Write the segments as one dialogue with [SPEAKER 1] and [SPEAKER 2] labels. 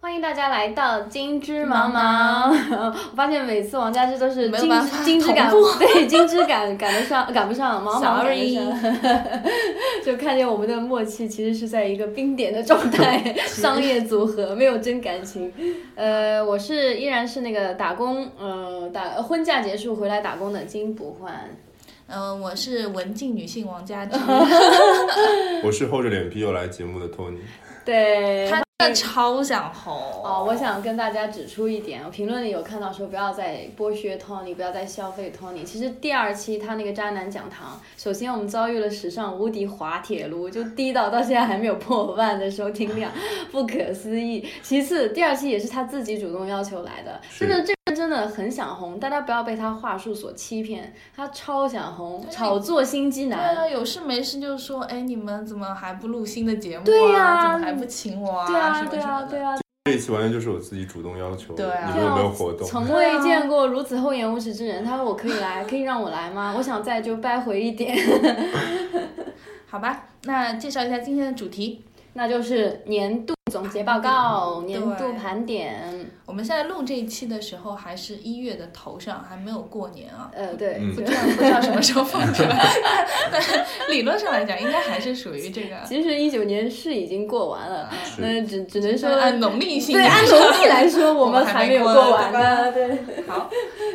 [SPEAKER 1] 欢迎大家来到金枝茫茫。 我发现每次王佳芝都是
[SPEAKER 2] 没有
[SPEAKER 1] 金
[SPEAKER 2] 办
[SPEAKER 1] 枝
[SPEAKER 2] 法
[SPEAKER 1] 金枝
[SPEAKER 2] 同
[SPEAKER 1] 赶
[SPEAKER 2] 步
[SPEAKER 1] 对金枝赶赶得上 赶不上，茫茫赶得
[SPEAKER 2] Sorry
[SPEAKER 1] 上。 就看见我们的默契其实是在一个冰点的状 态，商业组合没有真感情。呃，我是依然是那个打工，呃打婚假结束回来打工的金不换。
[SPEAKER 2] 嗯、我是文静女性王佳芝，
[SPEAKER 3] 我是厚着脸皮又来节目的 Tony，
[SPEAKER 1] 对，
[SPEAKER 2] 她真的超想红
[SPEAKER 1] 哦，我想跟大家指出一点，我评论里有看到说不要再剥削 Tony，不要再消费 Tony。其实第二期他那个渣男讲堂，首先我们遭遇了史上无敌滑铁卢，就低到到现在还没有破万的收听量，不可思议。其次，第二期也是他自己主动要求来的，
[SPEAKER 3] 是
[SPEAKER 1] 真的，这个真的很想红，大家不要被他话术所欺骗，他超想红，
[SPEAKER 2] 对
[SPEAKER 1] 炒作心机
[SPEAKER 2] 对
[SPEAKER 1] 男。
[SPEAKER 2] 啊，有事没事就说，哎，你们怎么还不录新的节目啊？
[SPEAKER 1] 对呀
[SPEAKER 2] 怎么还不请我啊？
[SPEAKER 1] 对啊，
[SPEAKER 2] 什么
[SPEAKER 1] 对
[SPEAKER 2] 什么
[SPEAKER 1] 啊，
[SPEAKER 2] 的。
[SPEAKER 1] 对啊，
[SPEAKER 3] 这一期完全就是我自己主动要求，
[SPEAKER 2] 对啊
[SPEAKER 3] 你们有没有活动？
[SPEAKER 1] 从
[SPEAKER 2] 对
[SPEAKER 1] 未
[SPEAKER 2] 啊
[SPEAKER 1] 见过如此厚颜无耻之人。他说我可以来，可以让我来吗？我想再就掰回一点，
[SPEAKER 2] 好吧，那介绍一下今天的主题。
[SPEAKER 1] 那就是年度总结报告、年度
[SPEAKER 2] 嗯对
[SPEAKER 1] 盘点。
[SPEAKER 2] 我们现在录这一期的时候还是一月的头上，还没有过年啊。
[SPEAKER 1] 呃，对，
[SPEAKER 3] 嗯
[SPEAKER 1] 就
[SPEAKER 2] 不知道不知道什么时候放出来，但理论上来讲，应该还是属于这 个。
[SPEAKER 1] 其实一九年是已经过完了，
[SPEAKER 3] 是
[SPEAKER 1] 那只只能说
[SPEAKER 2] 就按呃农历性
[SPEAKER 1] 对按农历来说，我们还没有过完
[SPEAKER 2] 我们
[SPEAKER 1] 呢，对，
[SPEAKER 2] 好，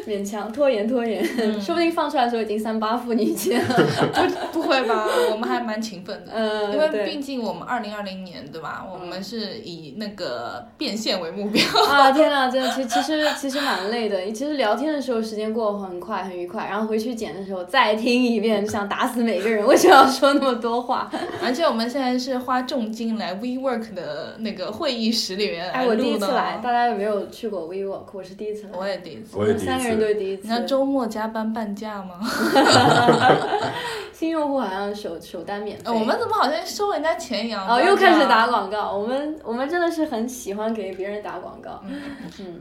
[SPEAKER 1] 勉强拖延拖延，
[SPEAKER 2] 嗯
[SPEAKER 1] 说不定放出来的时候已经三八妇女节了。
[SPEAKER 2] 不会吧？我们还蛮勤奋的，
[SPEAKER 1] 嗯，
[SPEAKER 2] 因为
[SPEAKER 1] 对嗯
[SPEAKER 2] 毕竟我们二零二零年对吧？我们是以那个变现为目标。
[SPEAKER 1] 啊天呐，真的，其其实其实蛮累的。其实聊天的时候时间过得很快，很愉快，然后回去剪的时候再听一遍，就想打死每个人，为什么要说那么多话？
[SPEAKER 2] 而且我们现在是花重金来 WeWork 的那个会议室里面
[SPEAKER 1] 哎，
[SPEAKER 2] 来
[SPEAKER 1] 我
[SPEAKER 2] 录的哦。
[SPEAKER 1] 第一次来，大家有没有去过 WeWork？我是第一次来，
[SPEAKER 2] 我也第一次。
[SPEAKER 1] 我
[SPEAKER 3] 我也
[SPEAKER 1] 们
[SPEAKER 3] 第一
[SPEAKER 1] 三个人都
[SPEAKER 3] 次，
[SPEAKER 1] 是第一
[SPEAKER 2] 你知道
[SPEAKER 1] 次。
[SPEAKER 2] 周末加班半价吗？
[SPEAKER 1] 新用户好像首首单免费。
[SPEAKER 2] 呃我们怎么好像收人家钱一样？
[SPEAKER 1] 哦，又
[SPEAKER 2] 不
[SPEAKER 1] 开
[SPEAKER 2] 要这
[SPEAKER 1] 始
[SPEAKER 2] 样
[SPEAKER 1] 打广告。我们我们真的是很喜欢给别人打广告。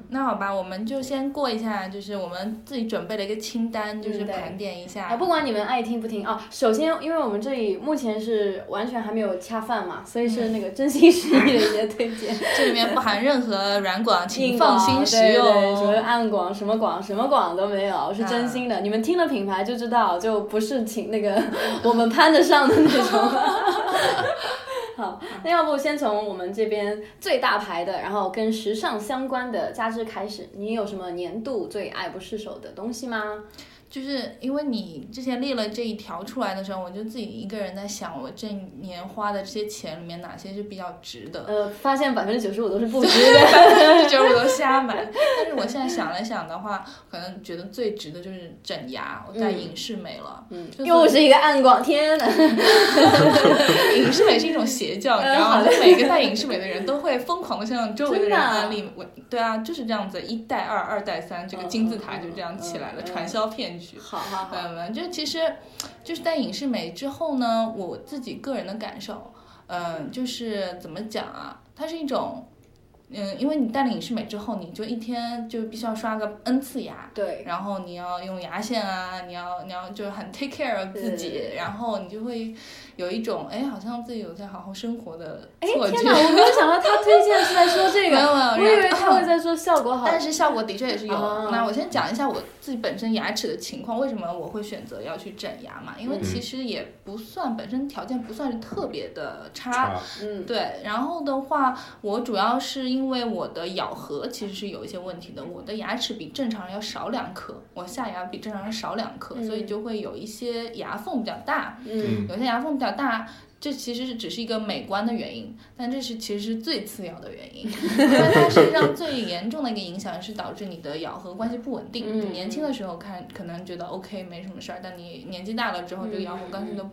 [SPEAKER 2] 那好吧，我们就先过一下，就是我们自己准备了一个清单，就是盘点一下。
[SPEAKER 1] 啊，不管你们爱听不听啊、首先，因为我们这里目前是完全还没有恰饭嘛，所以是那个真心实意的一些推荐。
[SPEAKER 2] 这里面不含任何 软广，请
[SPEAKER 1] 硬
[SPEAKER 2] 放
[SPEAKER 1] 广
[SPEAKER 2] 心食用嗯
[SPEAKER 1] 对对
[SPEAKER 2] 哦。
[SPEAKER 1] 什么暗广、什么广、什么广都没有，是真心的。你们听了品牌就知道，就不是请那个我们攀得上的那 种。好，那要不先从我们这边最大牌的，然后跟时尚相关的加之开始。你有什么年度最爱不释手的东西吗？
[SPEAKER 2] 就是因为你之前列了这一条出来的时候，我就自己一个人在想，我这年花的这些钱里面哪些是比较 值的。
[SPEAKER 1] 呃，发现百分之九十五都是不值 的。
[SPEAKER 2] 这觉得我都瞎买。但是我现在想了想的话，可能觉得最值的就是整牙，我在
[SPEAKER 1] 嗯
[SPEAKER 2] 影视美 了。
[SPEAKER 1] 嗯，
[SPEAKER 2] 就是
[SPEAKER 1] 又是一个暗广，天哪！
[SPEAKER 2] 影视美是一种邪教，你知道
[SPEAKER 1] 嗯好
[SPEAKER 2] 吗？
[SPEAKER 1] 的
[SPEAKER 2] 就每个在影视美的人都会疯狂的向周围的
[SPEAKER 1] 真
[SPEAKER 2] 人
[SPEAKER 1] 的啊
[SPEAKER 2] 安利。我，对啊，就是这样子，一代二，二代三，这个
[SPEAKER 1] 嗯
[SPEAKER 2] 金字塔
[SPEAKER 1] 嗯
[SPEAKER 2] 就这样起来了，
[SPEAKER 1] 嗯嗯
[SPEAKER 2] 传销骗局。
[SPEAKER 1] 好好好，
[SPEAKER 2] 嗯，就其实就是在影视美之后呢，我自己个人的感受，嗯，就是怎么讲啊，它是一种。嗯，因为你戴了影视美之后，你就一天就必须要刷个 n 次牙，
[SPEAKER 1] 对，
[SPEAKER 2] 然后你要用牙线啊，你要你要就是很 take care of
[SPEAKER 1] 对
[SPEAKER 2] 自己，然后你就会有一种哎，好像自己有在好好生活的
[SPEAKER 1] 哎，
[SPEAKER 2] 错觉。
[SPEAKER 1] 天哪，我没有想到他推荐是在说这
[SPEAKER 2] 没
[SPEAKER 1] 个。
[SPEAKER 2] 有没
[SPEAKER 1] 我
[SPEAKER 2] 有，
[SPEAKER 1] 以为
[SPEAKER 2] 然后
[SPEAKER 1] 他会在说效果好，
[SPEAKER 2] 但是效果的确也是有。
[SPEAKER 1] 哦
[SPEAKER 2] 那我先讲一下我自己本身牙齿的情况，为什么我会选择要去整牙嘛？因为
[SPEAKER 3] 嗯
[SPEAKER 2] 其实也不算本身条件不算是特别的差，
[SPEAKER 3] 差
[SPEAKER 1] 嗯，
[SPEAKER 2] 对，然后的话，我主要是因为我的咬合其实是有一些问题的，我的牙齿比正常人要少两颗，我下牙比正常人少两颗，所以
[SPEAKER 1] 嗯
[SPEAKER 2] 就会有一些牙缝比较大，
[SPEAKER 1] 嗯，
[SPEAKER 2] 有些牙缝比较大。这其实是只是一个美观的原因，但这是其实是最次要的原因， 因为它实际上最严重的一个影响是导致你的咬合关系不稳定。你
[SPEAKER 1] 嗯
[SPEAKER 2] 年轻的时候看可能觉得 OK 没什么事儿，但你年纪大了之后，这个咬合关
[SPEAKER 1] 嗯
[SPEAKER 2] 系都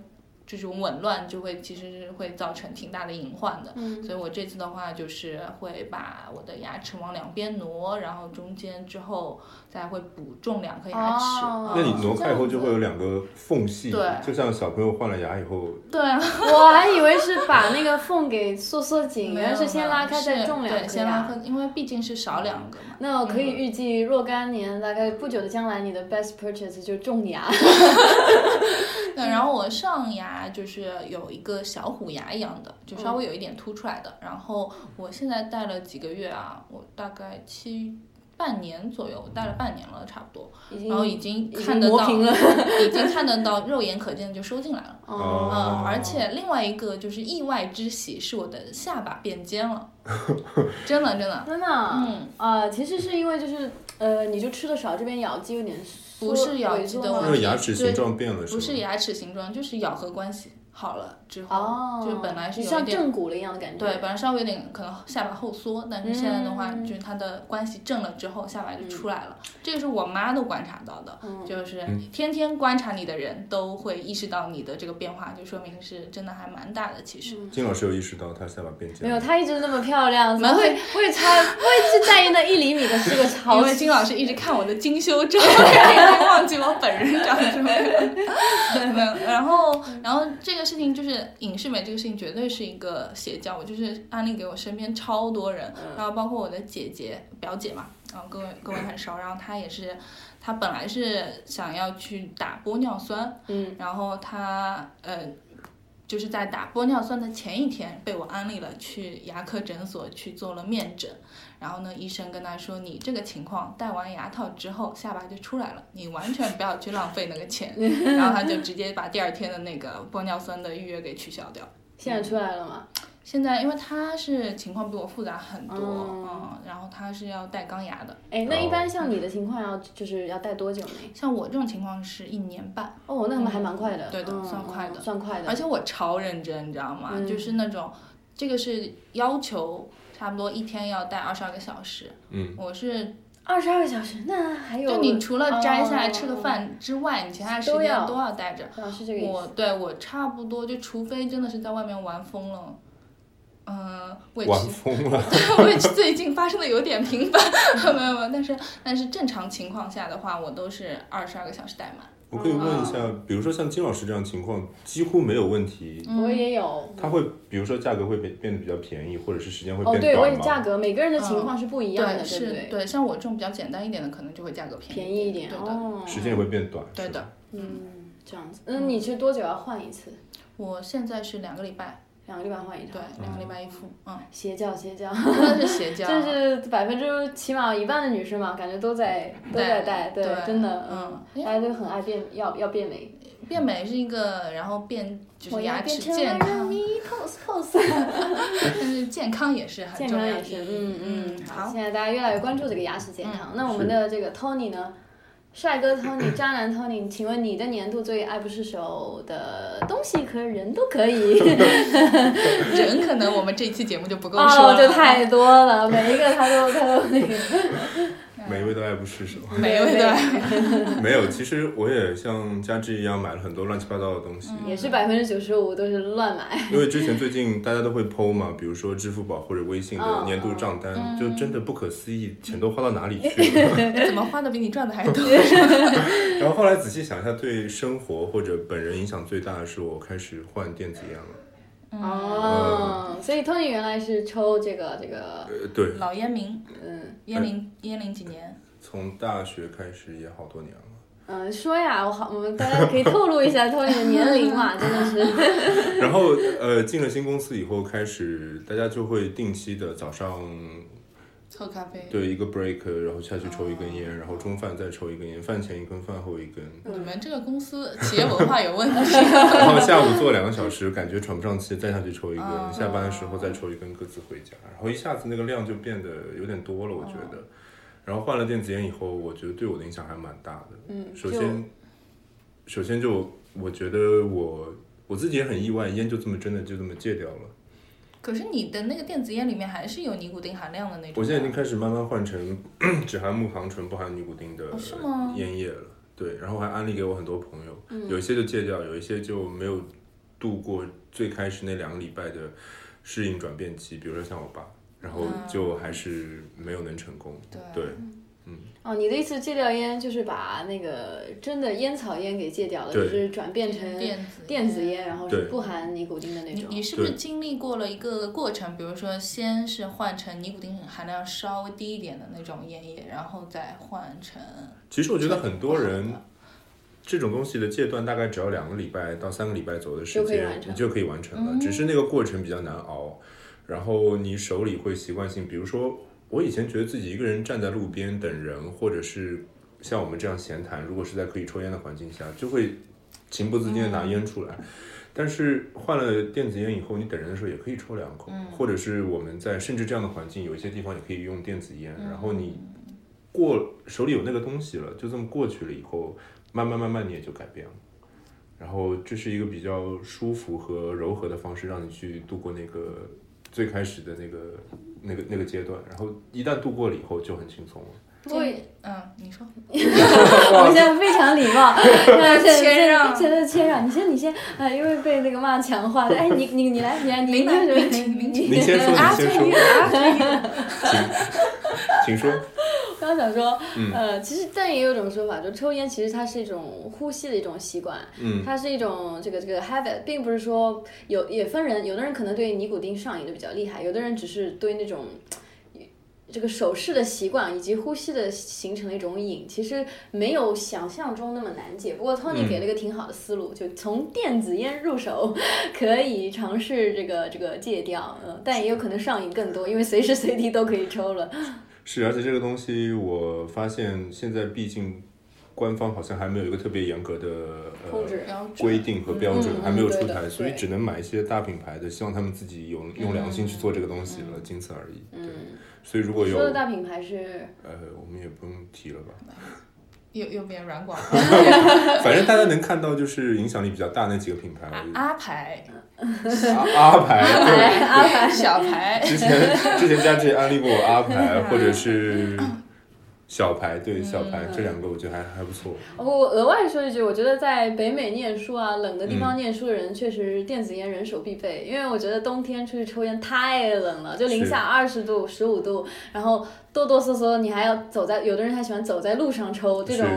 [SPEAKER 2] 这种紊乱，就会其实是会造成挺大的隐患的。
[SPEAKER 1] 嗯
[SPEAKER 2] 所以我这次的话就是会把我的牙齿往两边挪，然后中间之后再会补种两颗牙齿。
[SPEAKER 1] 哦
[SPEAKER 3] 那你挪开以后
[SPEAKER 2] 这样子
[SPEAKER 3] 就会有两个缝隙，
[SPEAKER 2] 对
[SPEAKER 3] 就像小朋友换了牙以后，
[SPEAKER 2] 对 啊，
[SPEAKER 1] 我还以为是把那个缝给缩缩紧，
[SPEAKER 2] 没
[SPEAKER 1] 原来
[SPEAKER 2] 有
[SPEAKER 1] 是先拉开
[SPEAKER 2] 是
[SPEAKER 1] 再种两
[SPEAKER 2] 对，
[SPEAKER 1] 颗
[SPEAKER 2] 先拉
[SPEAKER 1] 牙。
[SPEAKER 2] 开，因嗯为毕竟是少两个嘛。
[SPEAKER 1] 那我可以预计若干年，大概不久的将来，你的 best purchase 就种牙。
[SPEAKER 2] 对，然后我上牙牙就是有一个小虎牙一样的，就
[SPEAKER 1] 嗯
[SPEAKER 2] 稍微有一点凸出来的。然后我现在戴了几个月啊，我大概七半年左右，我戴了半年了，差不多。
[SPEAKER 1] 已经
[SPEAKER 2] 然后哦已经看得
[SPEAKER 1] 磨
[SPEAKER 2] 到，
[SPEAKER 1] 平了
[SPEAKER 2] 已经看得到肉眼可见的就收进 来了。
[SPEAKER 1] 哦，
[SPEAKER 2] 嗯，而且另外一个就是意外之喜，是我的下巴变尖了，真的 真的，
[SPEAKER 1] 真的啊、
[SPEAKER 2] 嗯，
[SPEAKER 1] 呃其实是因为就是呃，你就吃的少，这边咬肌有点缩
[SPEAKER 2] 不是咬肌的
[SPEAKER 1] 萎缩吗
[SPEAKER 2] 问
[SPEAKER 3] 那
[SPEAKER 2] 题
[SPEAKER 3] 个牙齿形状变了是
[SPEAKER 2] 哦不
[SPEAKER 3] 吗？
[SPEAKER 2] 是牙齿形状，就是咬合关系好了之后，
[SPEAKER 1] 哦，
[SPEAKER 2] 就本来是
[SPEAKER 1] 你
[SPEAKER 2] 有一
[SPEAKER 1] 像
[SPEAKER 2] 点
[SPEAKER 1] 正骨了一样的感觉，
[SPEAKER 2] 对，本来稍微有点可能下巴后缩，但是现在的话，
[SPEAKER 1] 嗯
[SPEAKER 2] 就是它的关系正了之后，下巴就出来了。这个是我妈都观察到的，
[SPEAKER 1] 嗯
[SPEAKER 2] 就是
[SPEAKER 3] 嗯
[SPEAKER 2] 天天观察你的人都会意识到你的这个变化，就说明是真的还蛮大的。其实，
[SPEAKER 3] 金老师有意识到他下巴变尖，
[SPEAKER 1] 没有，她一直那么漂亮，怎么
[SPEAKER 2] 蛮
[SPEAKER 1] 会会差会去在意那一厘米的是个
[SPEAKER 2] 因
[SPEAKER 1] 超
[SPEAKER 2] 为金老师一直看我的精修照，已经忘记我本人长什么样。嗯然后，然后这个事情就是影视美这个事情，绝对是一个邪教。我就是案例给我身边超多人，然后包括我的姐姐、表姐嘛，然后各位各位很熟，然后她也是，她本来是想要去打玻尿酸，
[SPEAKER 1] 嗯，
[SPEAKER 2] 然后她呃。就是在打玻尿酸的前一天，被我安利了去牙科诊所去做了面诊，然后呢，医生跟他说，你这个情况戴完牙套之后下巴就出来了，你完全不要去浪费那个钱，然后他就直接把第二天的那个玻尿酸的预约给取消掉。
[SPEAKER 1] 现在出来了嘛，
[SPEAKER 2] 现在因为他是情况比我复杂很多，
[SPEAKER 1] 嗯
[SPEAKER 2] 嗯，然后他是要戴钢牙的，
[SPEAKER 1] 哎，那
[SPEAKER 3] 哦
[SPEAKER 1] 一般像你的情况要就是要戴多久呢？
[SPEAKER 2] 像我这种情况是一年半。
[SPEAKER 1] 哦，那还蛮快的，
[SPEAKER 2] 对的
[SPEAKER 1] 嗯
[SPEAKER 2] 算快的
[SPEAKER 1] 算快的，
[SPEAKER 2] 而且我超认真，你知道吗？
[SPEAKER 1] 嗯
[SPEAKER 2] 就是那种，这个是要求差不多一天要戴二十二个小时。
[SPEAKER 3] 嗯，
[SPEAKER 2] 我是
[SPEAKER 1] 二十二个小时，那还有
[SPEAKER 2] 就你除了摘下来
[SPEAKER 1] 哦
[SPEAKER 2] 吃个饭之外，你其他时
[SPEAKER 1] 都
[SPEAKER 2] 间
[SPEAKER 1] 要
[SPEAKER 2] 都要戴着。
[SPEAKER 1] 啊是这个意思，
[SPEAKER 2] 我对我差不多，就除非真的是在外面玩疯了，嗯、我也
[SPEAKER 3] 玩
[SPEAKER 2] 是。
[SPEAKER 3] 疯了，
[SPEAKER 2] 我也是最近发生的有点频繁， 没有没有，但是但是正常情况下的话，我都是二十二个小时戴满。
[SPEAKER 3] 我可以
[SPEAKER 2] 嗯
[SPEAKER 3] 问一下，比如说像金老师这样情况，几乎没有问题。
[SPEAKER 1] 我也有。
[SPEAKER 3] 它会，比如说价格会变变得比较便宜，或者是时间嗯会
[SPEAKER 1] 哦，
[SPEAKER 3] 变
[SPEAKER 1] 对，我也
[SPEAKER 3] 短吗？
[SPEAKER 1] 价格，每个人的情况是不一样的，嗯对不
[SPEAKER 2] 是
[SPEAKER 1] 对？
[SPEAKER 2] 对，像我这种比较简单一点的，可能就会价格便宜。
[SPEAKER 1] 便宜一点
[SPEAKER 2] 对的
[SPEAKER 1] 哦。
[SPEAKER 3] 时间也会变短。
[SPEAKER 2] 对
[SPEAKER 3] 是吧
[SPEAKER 2] 的，
[SPEAKER 1] 嗯，这样子。嗯，你是多久要换一次？
[SPEAKER 2] 我现在是两个礼拜，
[SPEAKER 1] 两个礼拜换一
[SPEAKER 2] 对
[SPEAKER 1] 趟。，
[SPEAKER 2] 两个礼拜一副， 嗯，
[SPEAKER 1] 邪教，邪教，
[SPEAKER 2] 真的是邪 教。
[SPEAKER 1] 这是百分之起码有一半的女生嘛，感觉都在都在戴，
[SPEAKER 2] 对对
[SPEAKER 1] 真的，
[SPEAKER 2] 嗯
[SPEAKER 1] 嗯，大家都很爱变，要要变美，
[SPEAKER 2] 变美是一个，然后变就
[SPEAKER 1] 我
[SPEAKER 2] 是
[SPEAKER 1] 要
[SPEAKER 2] 牙齿
[SPEAKER 1] 变成
[SPEAKER 2] 健
[SPEAKER 1] 了
[SPEAKER 2] 康
[SPEAKER 1] 让，你 pose pose，
[SPEAKER 2] 但是健康也是很
[SPEAKER 1] 健
[SPEAKER 2] 重
[SPEAKER 1] 康
[SPEAKER 2] 要的
[SPEAKER 1] 也
[SPEAKER 2] 意
[SPEAKER 1] 是，
[SPEAKER 2] 义。
[SPEAKER 1] 嗯嗯，
[SPEAKER 2] 好。嗯
[SPEAKER 1] 现在大家越来越关注这个牙齿健康。那我们
[SPEAKER 3] 是
[SPEAKER 1] 的这个 Tony 呢，帅哥 Tony、渣 男 Tony，请问你的年度最爱不释手的东西和人都可 以？
[SPEAKER 2] 人可能我们这一期节目就不够说啊
[SPEAKER 1] 哦，
[SPEAKER 2] 了，嗯
[SPEAKER 1] 这太多了，每一个他都他都 那个。
[SPEAKER 3] 每一位都爱不释手。
[SPEAKER 2] 没有的。
[SPEAKER 3] 没有，其实我也像佳芝一样买了很多乱七八糟的东西，
[SPEAKER 1] 也是百分之九十五都是乱买。
[SPEAKER 3] 因为之前最近大家都会剖嘛，比如说支付宝或者微信的
[SPEAKER 1] 嗯
[SPEAKER 3] 年度账单，就真的不可思议，钱都花到哪里去 了。
[SPEAKER 2] 怎么花的比你赚的还多？
[SPEAKER 3] 然后后来仔细想一下，对生活或者本人影响最大的是我开始换电子烟了。
[SPEAKER 2] 嗯
[SPEAKER 1] 哦，
[SPEAKER 3] 嗯
[SPEAKER 1] 所以 Tony 原来是抽这个这个，
[SPEAKER 3] 呃，对，
[SPEAKER 2] 老烟民，
[SPEAKER 1] 嗯
[SPEAKER 2] 烟龄烟龄几年？
[SPEAKER 3] 从大学开始也好多年了。
[SPEAKER 1] 嗯，说呀，我好，我们大家可以透露一下 Tony 的年龄嘛，真的 是，
[SPEAKER 3] 然后呃，进了新公司以后，开始大家就会定期的早上
[SPEAKER 2] 喝咖啡，
[SPEAKER 3] 对一个 break，然后下去抽一根烟，然后中饭再抽一根烟，饭前一根，饭后一根，
[SPEAKER 2] 你们这个公司企业文化有 问题。
[SPEAKER 3] 然后下午坐两个小时，感觉喘不上气，再下去抽一根，下班的时候再抽一根，各自回家。然后一下子那个量就变得有点多了，我觉得。然后换了电子烟以后，我觉得对我的影响还蛮大的。
[SPEAKER 1] 嗯，
[SPEAKER 3] 首
[SPEAKER 1] 就
[SPEAKER 3] 先，首先就我觉得我我自己也很意外，烟就这么真的就这么戒掉了。
[SPEAKER 2] 可是你的那个电子烟里面还是有尼古丁含量的那种。
[SPEAKER 3] 我现在已经开始慢慢换成 只含木糖醇、不含尼古丁的
[SPEAKER 2] 哦是吗
[SPEAKER 3] 烟叶了。对，然后还安利给我很多朋友，
[SPEAKER 1] 嗯
[SPEAKER 3] 有一些就戒掉，有一些就没有度过最开始那两个礼拜的适应转变期，比如说像我爸，然后
[SPEAKER 1] 嗯
[SPEAKER 3] 就还是没有能成功。
[SPEAKER 2] 对
[SPEAKER 3] 对，嗯
[SPEAKER 1] 哦，你的意思戒掉烟就是把那个真的烟草烟给戒掉了，就
[SPEAKER 3] 对
[SPEAKER 1] 是转变成
[SPEAKER 2] 电子
[SPEAKER 1] 电子。烟，然后是
[SPEAKER 3] 对
[SPEAKER 1] 不含尼古丁的那
[SPEAKER 2] 你
[SPEAKER 1] 种。
[SPEAKER 2] 你是不是经历过了一个过程？比如说，先是换成尼古丁含量稍微低一点的那种烟叶，然后再换成
[SPEAKER 3] 其实我觉得很多人这种东西的戒断大概只要两个礼拜到三个礼拜左右的时
[SPEAKER 1] 就可以
[SPEAKER 3] 间
[SPEAKER 1] 完，成
[SPEAKER 3] 你就可以完成了。只是那个过程比较难熬，然后你手里会习惯性，比如说我以前觉得自己一个人站在路边等人，或者是像我们这样闲谈，如果是在可以抽烟的环境下，就会情不自禁的拿烟出来。但是换了电子烟以后，你等人的时候也可以抽两口，或者是我们在甚至这样的环境，有一些地方也可以用电子烟。然后你过手里有那个东西了，就这么过去了以后，慢慢慢慢你也就改变了。然后这是一个比较舒服和柔和的方式，让你去度过那个最开始的那个那个那个阶段。然后一旦度过了以后，就很轻松了。
[SPEAKER 1] 不过
[SPEAKER 2] 嗯，你说，
[SPEAKER 1] 我们现在非常礼 貌， 呃现在
[SPEAKER 2] 谦让
[SPEAKER 1] 现在谦让。你先，你先，哎，因为被那个骂强化的，哎，你你你来，你来，你
[SPEAKER 2] 明白明白明白
[SPEAKER 3] 您先说，
[SPEAKER 2] 啊
[SPEAKER 3] 您先说， 请请说。
[SPEAKER 1] 刚刚想说，呃，其实但也有一种说法，就抽烟其实它是一种呼吸的一种习惯，
[SPEAKER 3] 嗯，
[SPEAKER 1] 它是一种这个这个 habit，并不是说有也分人，有的人可能对尼古丁上瘾的比较厉害，有的人只是对那种。呃这个手势的习惯以及呼吸的形成的一种瘾，其实没有想象中那么难解。不过 Tony
[SPEAKER 3] 嗯
[SPEAKER 1] 给了一个挺好的思路，就从电子烟入手，可以尝试这个这个戒掉，呃，但也有可能上瘾更多，因为随时随地都可以抽了。
[SPEAKER 3] 是，而且这个东西我发现现在毕竟官方好像还没有一个特别严格的
[SPEAKER 1] 控
[SPEAKER 3] 呃
[SPEAKER 1] 制
[SPEAKER 2] 标准
[SPEAKER 3] 规定和标准，
[SPEAKER 1] 嗯
[SPEAKER 3] 还没有
[SPEAKER 1] 对
[SPEAKER 3] 出
[SPEAKER 1] 的
[SPEAKER 3] 台，所以
[SPEAKER 1] 对
[SPEAKER 3] 只能买一些大品牌的，希望他们自己有用良心去做这个东西了，
[SPEAKER 1] 嗯
[SPEAKER 3] 仅此而已。对，所以如果有
[SPEAKER 1] 说的大品牌是
[SPEAKER 3] 呃，我们也不用提了吧，
[SPEAKER 2] 又又变软 广了。
[SPEAKER 3] 反正大家能看到就是影响力比较大那几个品牌而
[SPEAKER 1] 啊
[SPEAKER 3] 已。
[SPEAKER 2] 阿牌、
[SPEAKER 3] 阿嗯阿牌，对，
[SPEAKER 2] 阿牌、 小牌，
[SPEAKER 3] 之前之前佳琪安利过我阿 牌或者是小牌，对小牌
[SPEAKER 1] 嗯
[SPEAKER 3] 这两个我觉得还还不错。
[SPEAKER 1] 我我额外说一句，我觉得在北美念书啊，冷的地
[SPEAKER 3] 嗯
[SPEAKER 1] 方念书的人，确实电子烟人手必备，因为我觉得冬天出去抽烟太冷了，就零下二十度、十五度，然后哆哆嗦嗦，你还要走在，有的人还喜欢走在路上抽，这种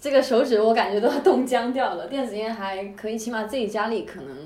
[SPEAKER 1] 这个手指我感觉都要冻僵掉了。电子烟还可以，起码自己家里可能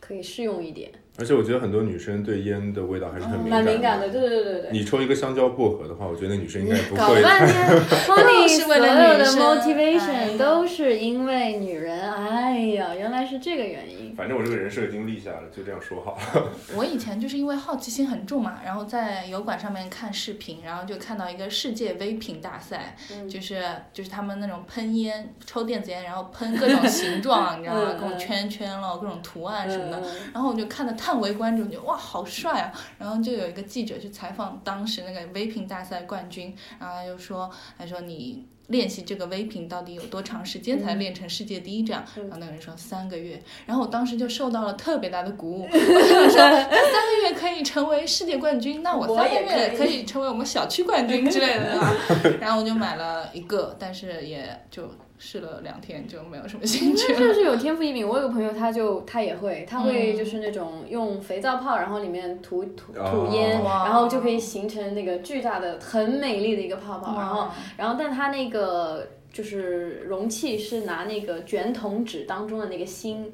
[SPEAKER 1] 可以适用一点，
[SPEAKER 3] 而且我觉得很多女生对烟的味道还是很
[SPEAKER 1] 嗯
[SPEAKER 3] 敏
[SPEAKER 1] 蛮
[SPEAKER 3] 感的。
[SPEAKER 1] 敏感的。对对对对。
[SPEAKER 3] 你抽一个香蕉薄荷的话，我觉得那女生应该也不
[SPEAKER 1] 搞
[SPEAKER 3] 会。
[SPEAKER 1] 半天 ，Tony
[SPEAKER 2] 是
[SPEAKER 1] 所
[SPEAKER 2] 为
[SPEAKER 1] 有的
[SPEAKER 2] 了女生
[SPEAKER 1] motivation
[SPEAKER 2] 哎
[SPEAKER 1] 都是因为女人，哎呀，原来是这个原因。
[SPEAKER 3] 反正我这个人设已经立下了，就这样说好了。
[SPEAKER 2] 我以前就是因为好奇心很重嘛，然后在油管上面看视频，然后就看到一个世界微品大赛，
[SPEAKER 1] 嗯
[SPEAKER 2] 就是就是他们那种喷烟、抽电子烟，然后喷各种形状，你知道吗
[SPEAKER 1] 嗯？
[SPEAKER 2] 各种
[SPEAKER 1] 嗯
[SPEAKER 2] 圈圈咯，各种图案什么的。
[SPEAKER 1] 嗯
[SPEAKER 2] 然后我就看的叹为观止，我觉得哇好帅啊！然后就有一个记者去采访当时那个微品大赛冠军，然后他就说，他说你练习这个微品到底有多长时间才练成世界第一这样？
[SPEAKER 1] 嗯
[SPEAKER 2] 然后那个人说三个月，然后我当时就受到了特别大的 鼓舞，我就说三个月可以成为世界冠军，那我
[SPEAKER 1] 我
[SPEAKER 2] 三个
[SPEAKER 1] 也可
[SPEAKER 2] 月
[SPEAKER 1] 以
[SPEAKER 2] 可以成为我们小区冠军之类的 啊。然后我就买了一个，但是也就试了两天 就没有什么兴趣
[SPEAKER 1] 那
[SPEAKER 2] 了。
[SPEAKER 1] 就是有天赋异禀。我有个朋友，他就他也会，他
[SPEAKER 2] 嗯
[SPEAKER 1] 会就是那种用肥皂泡，然后里面涂涂
[SPEAKER 3] 哦
[SPEAKER 1] 涂烟，
[SPEAKER 2] 哇
[SPEAKER 1] 然后就可以形成那个巨大的、很美丽的一个泡泡。然后，然后，但他那个就是容器是拿那个卷筒纸当中的那个芯，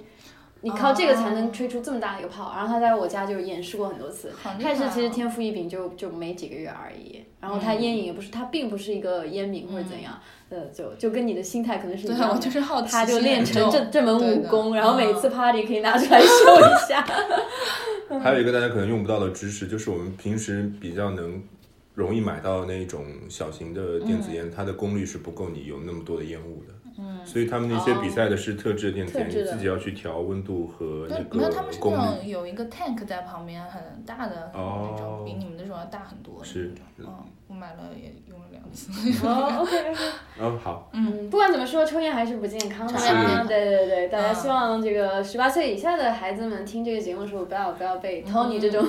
[SPEAKER 1] 你靠这个
[SPEAKER 2] 哦
[SPEAKER 1] 才能吹出这么大的一个泡。然后他在我家就演示过很多次。
[SPEAKER 2] 好厉
[SPEAKER 1] 开
[SPEAKER 2] 害
[SPEAKER 1] 始其实
[SPEAKER 2] 哦
[SPEAKER 1] 天赋异禀就就没几个月而已，然后他
[SPEAKER 2] 嗯
[SPEAKER 1] 烟瘾也不是，他并不是一个烟民或者怎样，呃，就就跟你的心态可能是一
[SPEAKER 2] 对
[SPEAKER 1] 样
[SPEAKER 2] 啊，我
[SPEAKER 1] 的。
[SPEAKER 2] 就是好奇心
[SPEAKER 1] 他
[SPEAKER 2] 很
[SPEAKER 1] 就
[SPEAKER 2] 重，
[SPEAKER 1] 练成这这门
[SPEAKER 2] 对
[SPEAKER 1] 武
[SPEAKER 2] 的
[SPEAKER 1] 功，然后每次
[SPEAKER 2] 嗯
[SPEAKER 1] party 可以拿出来秀一 下。
[SPEAKER 3] 还有一个大家可能用不到的知识，就是我们平时比较能容易买到那种小型的电子
[SPEAKER 1] 嗯
[SPEAKER 3] 烟，它的功率是不够你有那么多的烟雾的。嗯，所以他们那些比赛的是特制的电子烟，
[SPEAKER 1] 哦特
[SPEAKER 3] 你
[SPEAKER 1] 制的
[SPEAKER 3] 自己要去调温度和那
[SPEAKER 2] 对，没有，他
[SPEAKER 3] 个
[SPEAKER 2] 们是
[SPEAKER 3] 功
[SPEAKER 2] 那
[SPEAKER 3] 率。
[SPEAKER 2] 种有一个 tank 在旁边，很大的
[SPEAKER 3] 哦
[SPEAKER 2] 那种，比你们这种要大很多的
[SPEAKER 3] 是
[SPEAKER 2] 那种。嗯，我买了也用了两 次。
[SPEAKER 1] 哦，OK OK，
[SPEAKER 3] 嗯，好，
[SPEAKER 1] 嗯，不管怎么说，抽烟还是不健康的
[SPEAKER 3] 是
[SPEAKER 1] 啊。对对对，
[SPEAKER 2] 嗯
[SPEAKER 1] 大家希望这个十八岁以下的孩子们听这个节目的时候，不要不要被
[SPEAKER 2] 嗯
[SPEAKER 1] Tony 这种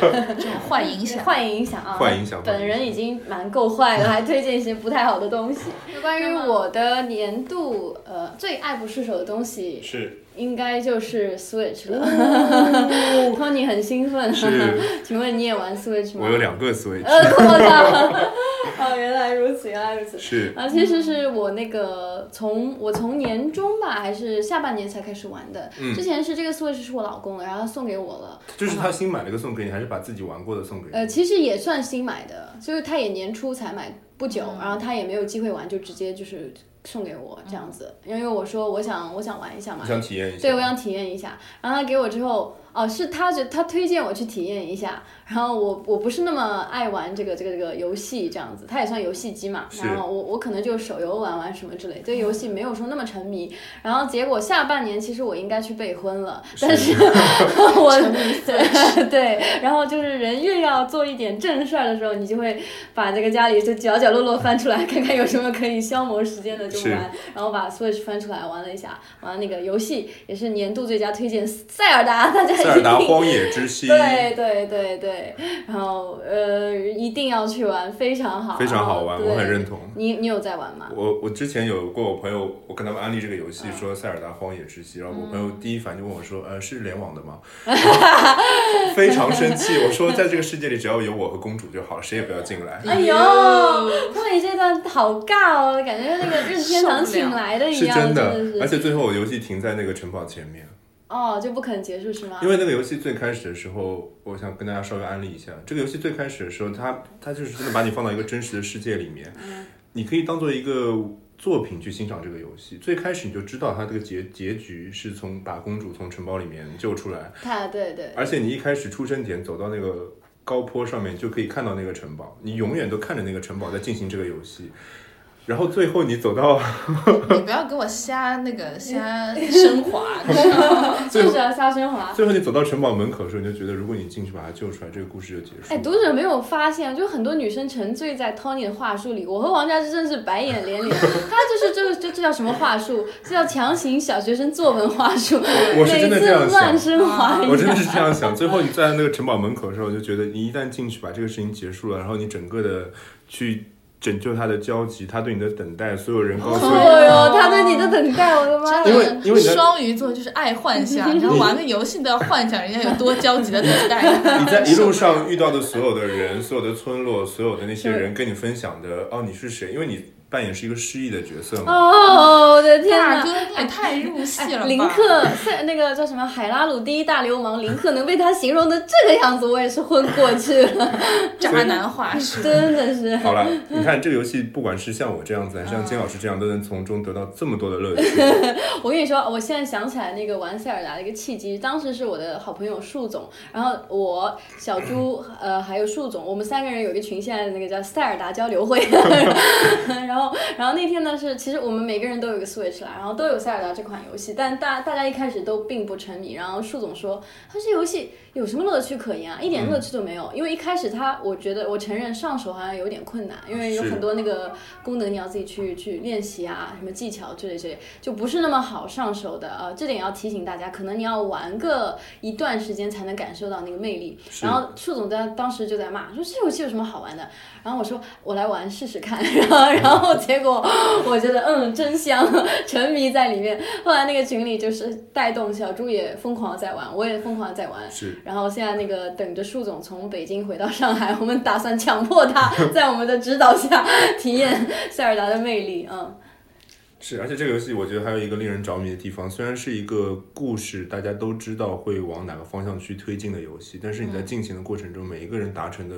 [SPEAKER 2] 这种坏影响。
[SPEAKER 1] 坏影响啊，
[SPEAKER 3] 坏影响嗯
[SPEAKER 1] 本人已经蛮够坏了，还推荐一些不太好的东西。关于我的年度呃最爱不释手的东西，
[SPEAKER 3] 是
[SPEAKER 1] 应该就是 Switch 了。Tony 哦 很兴奋，
[SPEAKER 3] 是，
[SPEAKER 1] 请问你也玩 Switch 吗？
[SPEAKER 3] 我有 两个 Switch，
[SPEAKER 1] 呃，我操！哦，原来如此，原来如此。
[SPEAKER 3] 是
[SPEAKER 1] 啊，其实是我那个从我从年中吧，还是下半年才开始玩的。
[SPEAKER 3] 嗯
[SPEAKER 1] 之前是这个 Switch 是我老公的，然后他送给我了。
[SPEAKER 3] 就是他新买了一个送给你，还是把自己玩过的送给
[SPEAKER 1] 呃，
[SPEAKER 3] 你？
[SPEAKER 1] 其实也算新买的，就是他也年初才买不久，然后他也没有机会玩，就直接就是送给我这样子，因为我说我想我想玩一下嘛
[SPEAKER 3] 我，想体验一下。
[SPEAKER 1] 对，我想体验一下。然后他给我之后，哦，是他觉他推荐我去体验一下。然后我我不是那么爱玩这个这个这个游戏这样子，它也算游戏机嘛。
[SPEAKER 3] 是
[SPEAKER 1] 然后我我可能就手游玩玩什么之类，对游戏没有说那么沉迷。然后结果下半年其实我应该去备婚了，但是 我对 对，然后就是人越要做一点正事儿的时候，你就会把这个家里就角角落落翻出来，看看有什么可以消磨时间的就是玩。然后把 Switch 翻出来玩了一下，玩那个游戏也是年度最佳推荐《塞尔达》，大家
[SPEAKER 3] 塞
[SPEAKER 1] 一
[SPEAKER 3] 尔达
[SPEAKER 1] 定
[SPEAKER 3] 荒野之 息，
[SPEAKER 1] 对对对对，然后呃一定要去玩，非常好，
[SPEAKER 3] 非常好玩，
[SPEAKER 1] 然后
[SPEAKER 3] 我很认。
[SPEAKER 1] 对
[SPEAKER 3] 同。
[SPEAKER 1] 你你有在玩吗？
[SPEAKER 3] 我我之前有过我朋友，我跟他们安利这个游
[SPEAKER 1] 嗯
[SPEAKER 3] 戏，说《塞尔达荒野之息》，然后我朋友第一反应就问我说：“呃，是联网的吗？” 非常生气，我说在这个世界里，只要有我和公主就好，谁也不要进来。
[SPEAKER 1] 哎呦，他们这段好尬哦，感觉那个任天堂
[SPEAKER 2] 受不了
[SPEAKER 1] 请来的一
[SPEAKER 3] 是
[SPEAKER 1] 样，真
[SPEAKER 3] 真的，而
[SPEAKER 1] 是
[SPEAKER 3] 且最后我游戏停在那个城堡前面，
[SPEAKER 1] 哦就不肯结束是吗
[SPEAKER 3] 因？为那个游戏最开始的时候，我想跟大家稍微安利一下，这个游戏最开始的时候，它它就是真的把你放到一个真实的世界里面，你可以当做一个作品去欣赏这个游戏。最开始你就知道它这个结结局是从把公主从城堡里面救出来，
[SPEAKER 1] 他对对
[SPEAKER 3] 而且你一开始出生点走到那个高坡上面，就可以看到那个城堡，你永远都看着那个城堡在进行这个游戏。然后最后你走到
[SPEAKER 2] 你不要给我瞎 那个瞎升华，
[SPEAKER 3] 最
[SPEAKER 1] 作
[SPEAKER 3] 后
[SPEAKER 1] 者沙宣华。
[SPEAKER 3] 最后你走到城堡门口的时候，你就觉得如果你进去把它救出来，这个故事就结束。
[SPEAKER 1] 哎，读者没有发现，就很多女生沉醉在 Tony 的话术里。我和王佳芝真是白眼连连，她就是这个这这叫什么话术？这叫强行小学生作文话术，
[SPEAKER 3] 我是真的这样
[SPEAKER 1] 每次
[SPEAKER 3] 想啊
[SPEAKER 1] 乱。升华
[SPEAKER 3] 我
[SPEAKER 1] 一
[SPEAKER 3] 真
[SPEAKER 1] 下
[SPEAKER 3] 的。是这样想。最后你站在那个城堡门口的时候，我就觉得你一旦进去把这个事情结束了，然后你整个的去拯救他的交集，他对你的等待，所有人告诉
[SPEAKER 1] 哎
[SPEAKER 3] 你。
[SPEAKER 1] 呦，他对你的等待，我的妈
[SPEAKER 3] 因
[SPEAKER 1] 呀！
[SPEAKER 3] 为因为你的
[SPEAKER 2] 双鱼座就是爱幻想，然后玩个游戏都要幻想人家有多焦急的等待。
[SPEAKER 3] 你在一路上遇到的所有的人、所有的村落、所有的那些人跟你分享的，哦，你是谁？因为你扮演是一个失忆的角色嘛。
[SPEAKER 1] 哦，我的天哪！哎
[SPEAKER 2] 大哥，你也太入戏了吧！
[SPEAKER 1] 林克在那个叫什么海拉鲁第一大流氓林克能被他形容的这个样子，我也是昏过去 了，
[SPEAKER 2] 渣男话术，
[SPEAKER 1] 真的是。
[SPEAKER 3] 好了，你看这个游戏，不管是像我这样子，还是像金老师这样，都能从中得到这么多的乐趣。
[SPEAKER 1] 我跟你说，我现在想起来那个玩塞尔达的一个契机，当时是我的好朋友树总，然后我小猪呃还有树总，我们三个人有一个群，现在的那个叫塞尔达交流会。 然后然后那天呢是，其实我们每个人都有一个 Switch 啦，然后都有塞尔达这款游戏，但大大家一开始都并不沉迷。然后树总说，他这游戏有什么乐趣可言啊？一点乐趣都没有，因为一开始他我觉得我承认上手好像有点困难，因为有
[SPEAKER 3] 是
[SPEAKER 1] 很多那个功能你要自己去去练习啊，什么技巧之类之类。就不是那么好上手的。呃，这点要提醒大家，可能你要玩个一段时间才能感受到那个魅力。
[SPEAKER 3] 是
[SPEAKER 1] 然后树总在当时就在骂，说这游戏有什么好玩的？然后我说我来玩试试看，然后然后结果我觉得嗯真香，沉迷在里面。后来那个群里就是带动小猪也疯狂地在玩，我也疯狂地在玩。
[SPEAKER 3] 是
[SPEAKER 1] 然后现在那个等着树总从北京回到上海，我们打算强迫他在我们的指导下体验塞尔达的魅力。嗯，
[SPEAKER 3] 是，而且这个游戏我觉得还有一个令人着迷的地方，虽然是一个故事，大家都知道会往哪个方向去推进的游戏，但是
[SPEAKER 1] 嗯
[SPEAKER 3] 你在进行的过程中，每一个人达成的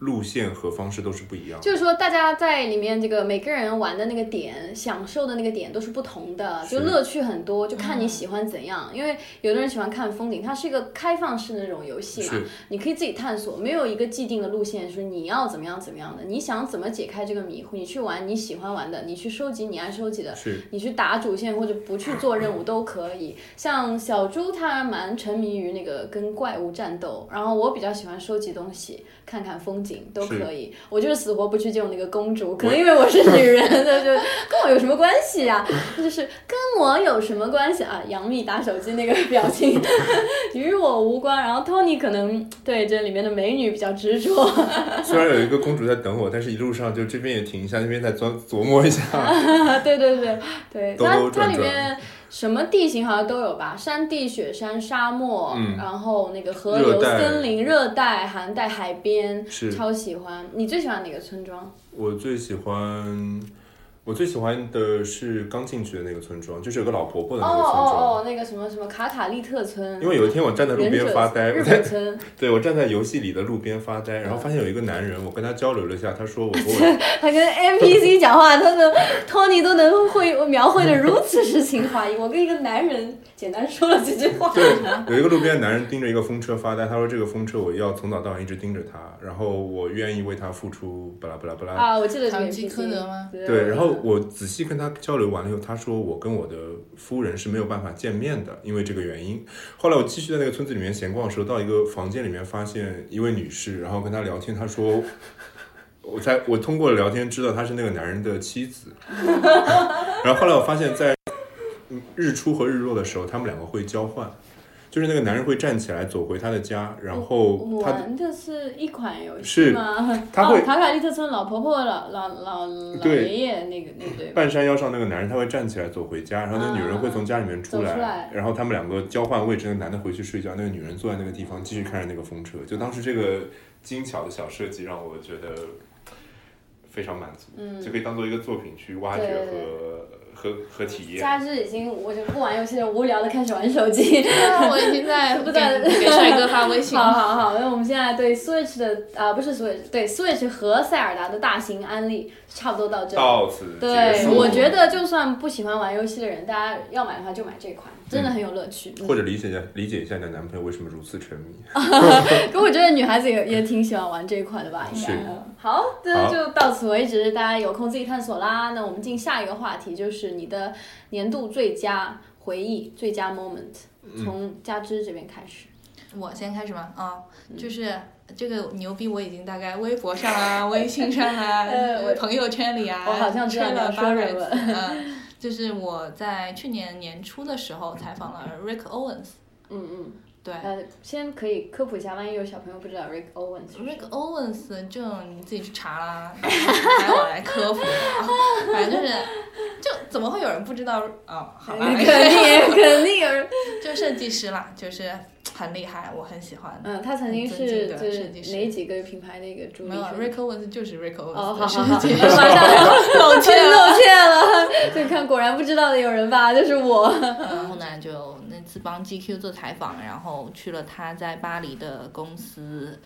[SPEAKER 3] 路线和方式都是不一样的。
[SPEAKER 1] 就是说，大家在里面这个每个人玩的那个点、享受的那个点都是不同的，就是乐趣很多，就看你喜欢怎样。
[SPEAKER 3] 嗯
[SPEAKER 1] 因为有的人喜欢看风景，它是一个开放式的那种游戏嘛
[SPEAKER 3] 是，
[SPEAKER 1] 你可以自己探索，没有一个既定的路线，说你要怎么样怎么样的，你想怎么解开这个迷糊，你去玩你喜欢玩的，你去收集你爱收集的，
[SPEAKER 3] 是
[SPEAKER 1] 你去打主线或者不去做任务都可以。像小猪他蛮沉迷于那个跟怪物战斗，然后我比较喜欢收集东西，看看风景都可以。我就是死活不去救那个公主，可能因为我是女人，那就跟我有什么关系呀、就是跟我有什么关系啊？杨幂打手机那个表情 与我无关。然后 Tony 可能对这里面的美女比较执着。
[SPEAKER 3] 虽然有一个公主在等我，但是一路上就这边也停一下，那边再琢琢磨 一下。
[SPEAKER 1] 啊，对对对对，
[SPEAKER 3] 兜
[SPEAKER 1] 它
[SPEAKER 3] 兜
[SPEAKER 1] 它
[SPEAKER 3] 转
[SPEAKER 1] 里
[SPEAKER 3] 转
[SPEAKER 1] 面什么地形好像都有吧，山地、雪山、沙漠，
[SPEAKER 3] 嗯
[SPEAKER 1] 然后那个河
[SPEAKER 3] 热
[SPEAKER 1] 流、
[SPEAKER 3] 带
[SPEAKER 1] 森林、热带、寒带、海边，
[SPEAKER 3] 是
[SPEAKER 1] 超喜欢。你最喜欢哪个村庄？
[SPEAKER 3] 我最喜欢我最喜欢的是刚进去的那个村庄，就是有个老婆婆的
[SPEAKER 1] 哦
[SPEAKER 3] 那个村庄。
[SPEAKER 1] 哦哦，那个什么什么卡卡利特村，
[SPEAKER 3] 因为有一天我站在路
[SPEAKER 1] 忍
[SPEAKER 3] 边
[SPEAKER 1] 者
[SPEAKER 3] 发呆，我
[SPEAKER 1] 日
[SPEAKER 3] 在
[SPEAKER 1] 本村，
[SPEAKER 3] 对我站在游戏里的路边发呆，然后发现有一个男人，我跟他交流了一下，他说我和我
[SPEAKER 1] 他跟 NPC 讲话，他的 Tony 都能会描绘的如此诗情画意。我跟一个男人简单说了几句话，
[SPEAKER 3] 对有一个路边的男人盯着一个风车发呆，他说这个风车我要从早到晚一直盯着它，然后我愿意为它付出，巴拉巴拉巴拉。
[SPEAKER 1] 啊，我记得这
[SPEAKER 2] 塔
[SPEAKER 1] 个
[SPEAKER 2] 吉科
[SPEAKER 1] NPC。
[SPEAKER 2] 德吗？
[SPEAKER 3] 对，然后我仔细跟他交流完了以后，他说我跟我的夫人是没有办法见面的，因为这个原因。后来我继续在那个村子里面闲逛的时候，到一个房间里面发现一位女士，然后跟她聊天，她说。我才我通过聊天知道她是那个男人的妻子， 然后后来我发现，在嗯日出和日落的时候，他们两个会交换，就是那个男人会站起来走回他的家，然后
[SPEAKER 1] 我
[SPEAKER 3] 他的
[SPEAKER 1] 玩的是一款游戏
[SPEAKER 3] 是
[SPEAKER 1] 吗？
[SPEAKER 3] 他会
[SPEAKER 1] 哦、卡卡利特村老婆婆、老老老老
[SPEAKER 3] 对
[SPEAKER 1] 爷爷那个那对吧？
[SPEAKER 3] 半山腰上那个男人他会站起来走回家，然后那女人会从家里面出来，
[SPEAKER 1] 啊走出来
[SPEAKER 3] 然后他们两个交换位置，那个男的回去睡觉，那个女人坐在那个地方继续看着那个风车。就当时这个精巧的小设计让我觉得非常满足，
[SPEAKER 1] 嗯
[SPEAKER 3] 就可以当做一个作品去挖掘
[SPEAKER 1] 对对
[SPEAKER 3] 和和和体验。
[SPEAKER 1] 加之已经，我就不玩游戏了，无聊的开始玩手机。
[SPEAKER 2] 啊我已经在
[SPEAKER 1] 不在
[SPEAKER 2] 给给帅哥发微信
[SPEAKER 1] 好
[SPEAKER 2] 了。
[SPEAKER 1] 好好，那我们现在对 Switch 的啊、不是 Switch，对 Switch 和塞尔达的大型安利差不多到这。
[SPEAKER 3] 到此结
[SPEAKER 1] 对，
[SPEAKER 3] 束。
[SPEAKER 1] 我觉得就算不喜欢玩游戏的人，大家要买的话就买这款，真的很有乐趣。嗯
[SPEAKER 3] 或者理解一下理解一下你的男朋友为什么如此沉迷。
[SPEAKER 1] 可我觉得女孩子也也挺喜欢玩这一款的吧，应该嗯
[SPEAKER 3] 是。
[SPEAKER 2] 嗯
[SPEAKER 1] 好，那
[SPEAKER 3] 好
[SPEAKER 1] 就到此为止，大家有空自己探索啦。那我们进下一个话题，就是你的年度最佳回忆、最佳 moment，从
[SPEAKER 3] 嗯
[SPEAKER 1] 加之这边开始。
[SPEAKER 2] 我先开始吧，啊，
[SPEAKER 1] 嗯
[SPEAKER 2] 就是这个牛逼，我已经大概微博上啊、微信上啊、
[SPEAKER 1] 呃我
[SPEAKER 2] 朋友圈里啊，
[SPEAKER 1] 我好像知道
[SPEAKER 2] 吹
[SPEAKER 1] 你要
[SPEAKER 2] 了
[SPEAKER 1] 说
[SPEAKER 2] 八
[SPEAKER 1] 什
[SPEAKER 2] 百
[SPEAKER 1] 么
[SPEAKER 2] 次。嗯， 就是我在去年年初的时候采访了 Rick Owens，
[SPEAKER 1] 嗯嗯，
[SPEAKER 2] 对。
[SPEAKER 1] 呃，先可以科普一下，万一有小朋友不知道 Rick Owens 是谁
[SPEAKER 2] Rick Owens 这种你自己去查啦，还我来科普，啊反正就是，就怎么会有人不知道啊、好吧，
[SPEAKER 1] 肯定肯定有人。
[SPEAKER 2] 就设计师啦，就是很厉害，我很喜欢。
[SPEAKER 1] 嗯，他曾经
[SPEAKER 2] 很
[SPEAKER 1] 是
[SPEAKER 2] 尊
[SPEAKER 1] 就
[SPEAKER 2] 敬的
[SPEAKER 1] 是
[SPEAKER 2] 设计师
[SPEAKER 1] 哪几个品牌的一个主力
[SPEAKER 2] 没有
[SPEAKER 1] 设计
[SPEAKER 2] ，Rick Owens 就是啊 Rick
[SPEAKER 1] 哦，
[SPEAKER 2] Owens
[SPEAKER 1] 好
[SPEAKER 2] 的
[SPEAKER 1] 好
[SPEAKER 2] 设
[SPEAKER 1] 好，
[SPEAKER 2] 计师。
[SPEAKER 1] 马 上露怯露怯了。 对，看果然不知道的有人吧，就是我。
[SPEAKER 2] 然后呢，就那次帮 GQ 做采访，然后去了他在巴黎的公司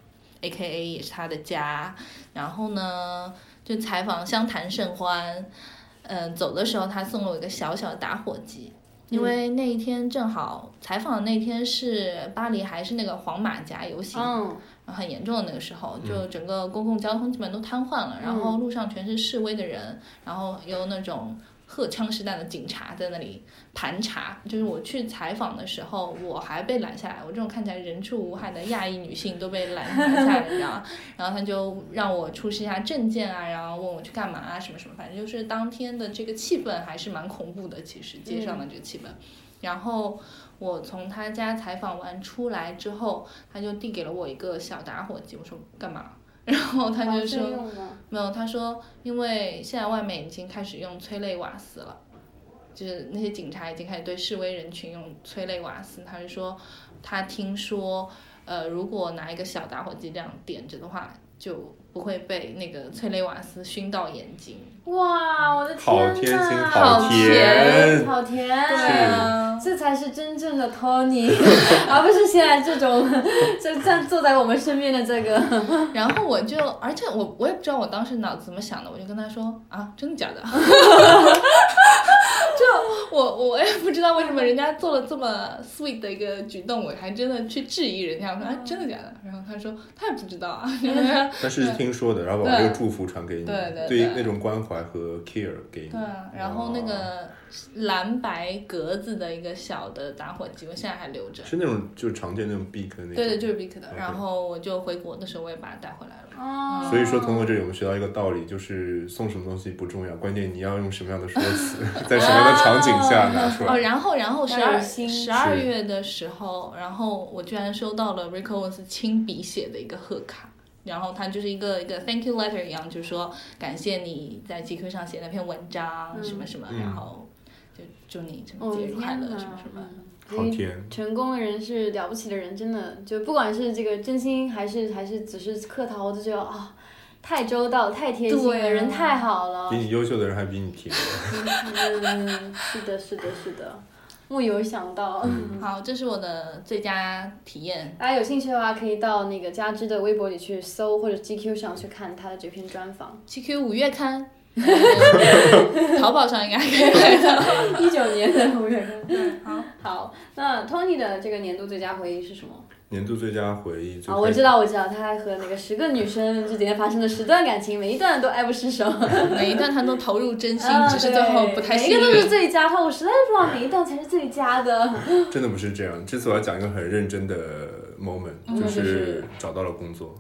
[SPEAKER 2] ，A.K.A 也是他的家。然后呢，就采访相谈甚欢。嗯、走的时候他送了我一个小小的打火机，
[SPEAKER 1] 嗯
[SPEAKER 2] 因为那一天正好采访的那天是巴黎还是那个黄马甲游行，
[SPEAKER 1] 嗯，
[SPEAKER 2] 很严重的那个时候，就整个公共交通基本都瘫痪了，然后路上全是示威的人，然后有那种荷枪实弹的警察在那里盘查。就是我去采访的时候，我还被拦下来，我这种看起来人畜无害的亚裔女性都被拦拦下来，你知道吗？ 然后他就让我出示一下证件啊，然后问我去干嘛啊，什么什么，反正就是当天的这个气氛还是蛮恐怖的，其实街上的这个气氛。然后我从他家采访完出来之后。他就递给了我一个小打火机，我说干嘛？ 然后他
[SPEAKER 1] 哦
[SPEAKER 2] 就说没有，他说因为现在外面已经开始用催泪瓦斯了，就是那些警察已经开始对示威人群用催泪瓦斯。他就说他听说，呃，如果拿一个小打火机这样点着的话，就不会被那个催泪瓦斯熏到眼睛。
[SPEAKER 1] 哇，我的
[SPEAKER 3] 好
[SPEAKER 1] 天
[SPEAKER 3] 贴心
[SPEAKER 1] 呐，
[SPEAKER 3] 好
[SPEAKER 1] 甜，
[SPEAKER 3] 甜
[SPEAKER 1] 好甜，
[SPEAKER 2] 啊，
[SPEAKER 1] 这才是真正的 Tony，而 不是现在这种 这站坐在我们身边的这个。
[SPEAKER 2] 然后我就，而且我我也不知道我当时脑子怎么想的，我就跟他说啊，真的假的？ 就我我也不知道为什么人家做了这么 sweet 的一个举动，我还真的去质疑人家，我说啊，真的假的？然后他说他也不知道啊，
[SPEAKER 3] 但是是听说的，然后把我
[SPEAKER 2] 对
[SPEAKER 3] 这个祝福传给你，
[SPEAKER 2] 对对
[SPEAKER 3] 对于
[SPEAKER 2] 对
[SPEAKER 3] 那种关怀和 care 给你
[SPEAKER 2] 对。啊，然后那个蓝白格子的一个小的打火机，我现在还留着，
[SPEAKER 3] 是那种就是常见那种 beak 那种。
[SPEAKER 2] 对对，就是 Bic 的。
[SPEAKER 3] OK
[SPEAKER 2] 然后我就回国的时候我也把它带回来了。
[SPEAKER 1] 哦
[SPEAKER 3] 所以说，通过这里我们学到一个道理，就是送什么东西不重要，关键你要用什么样的说辞， 在什么样的场景下拿出
[SPEAKER 2] 哦，
[SPEAKER 3] 来。
[SPEAKER 2] 然后然后十
[SPEAKER 1] 要有
[SPEAKER 2] 二
[SPEAKER 1] 心
[SPEAKER 2] 十二
[SPEAKER 3] 是
[SPEAKER 2] 月的时候，然后我居然收到了 Rick Owens 亲笔写的一个贺卡，然后他就是一个一个 thank you letter 一样，就是说感谢你在 GQ 上写那篇文章、
[SPEAKER 1] 嗯
[SPEAKER 2] 什么什么，
[SPEAKER 3] 嗯
[SPEAKER 2] 然后就祝你什么
[SPEAKER 1] 我
[SPEAKER 2] 节
[SPEAKER 1] 的
[SPEAKER 2] 日快
[SPEAKER 1] 天
[SPEAKER 2] 乐
[SPEAKER 1] 呐
[SPEAKER 2] 什么什么。
[SPEAKER 3] 好甜，
[SPEAKER 1] 成功的人是了不起的人，真的就不管是这个真心还是还是只是客套，我都觉得啊、太周到、太贴心了，
[SPEAKER 2] 对
[SPEAKER 1] 人太好了
[SPEAKER 3] 比。你优秀的人还比你拼。
[SPEAKER 1] 嗯，是的，是的，是的，木有想到。
[SPEAKER 3] 嗯
[SPEAKER 1] 嗯
[SPEAKER 2] 好，这是我的最佳体验。
[SPEAKER 1] 大家有兴趣的话，可以到那个加之的微博里去搜，或者 GQ 上去看他的这篇专访。
[SPEAKER 2] GQ 五 月刊，呃淘宝上应该可以买到。
[SPEAKER 1] 一九年的五月份。
[SPEAKER 2] 好，
[SPEAKER 1] 好，那 Tony 的这个年度最佳回忆是什么？
[SPEAKER 3] 年度最佳回忆，最
[SPEAKER 1] 啊，我
[SPEAKER 3] 开
[SPEAKER 1] 知道，我知道，他还和那个十个女生这几天发生的十段感情，每一段都爱不释手。
[SPEAKER 2] 每一段他都投入真心，
[SPEAKER 1] 啊
[SPEAKER 2] 只是最后不太
[SPEAKER 1] 对每
[SPEAKER 2] 幸
[SPEAKER 1] 一个都是
[SPEAKER 2] 运。
[SPEAKER 1] 最佳，但我实在不知道哪一段才是最佳的。
[SPEAKER 3] 真的不是这样。这次我要讲一个很认真的 moment，、
[SPEAKER 1] 嗯
[SPEAKER 3] 就
[SPEAKER 1] 就是是
[SPEAKER 3] 找到了工作。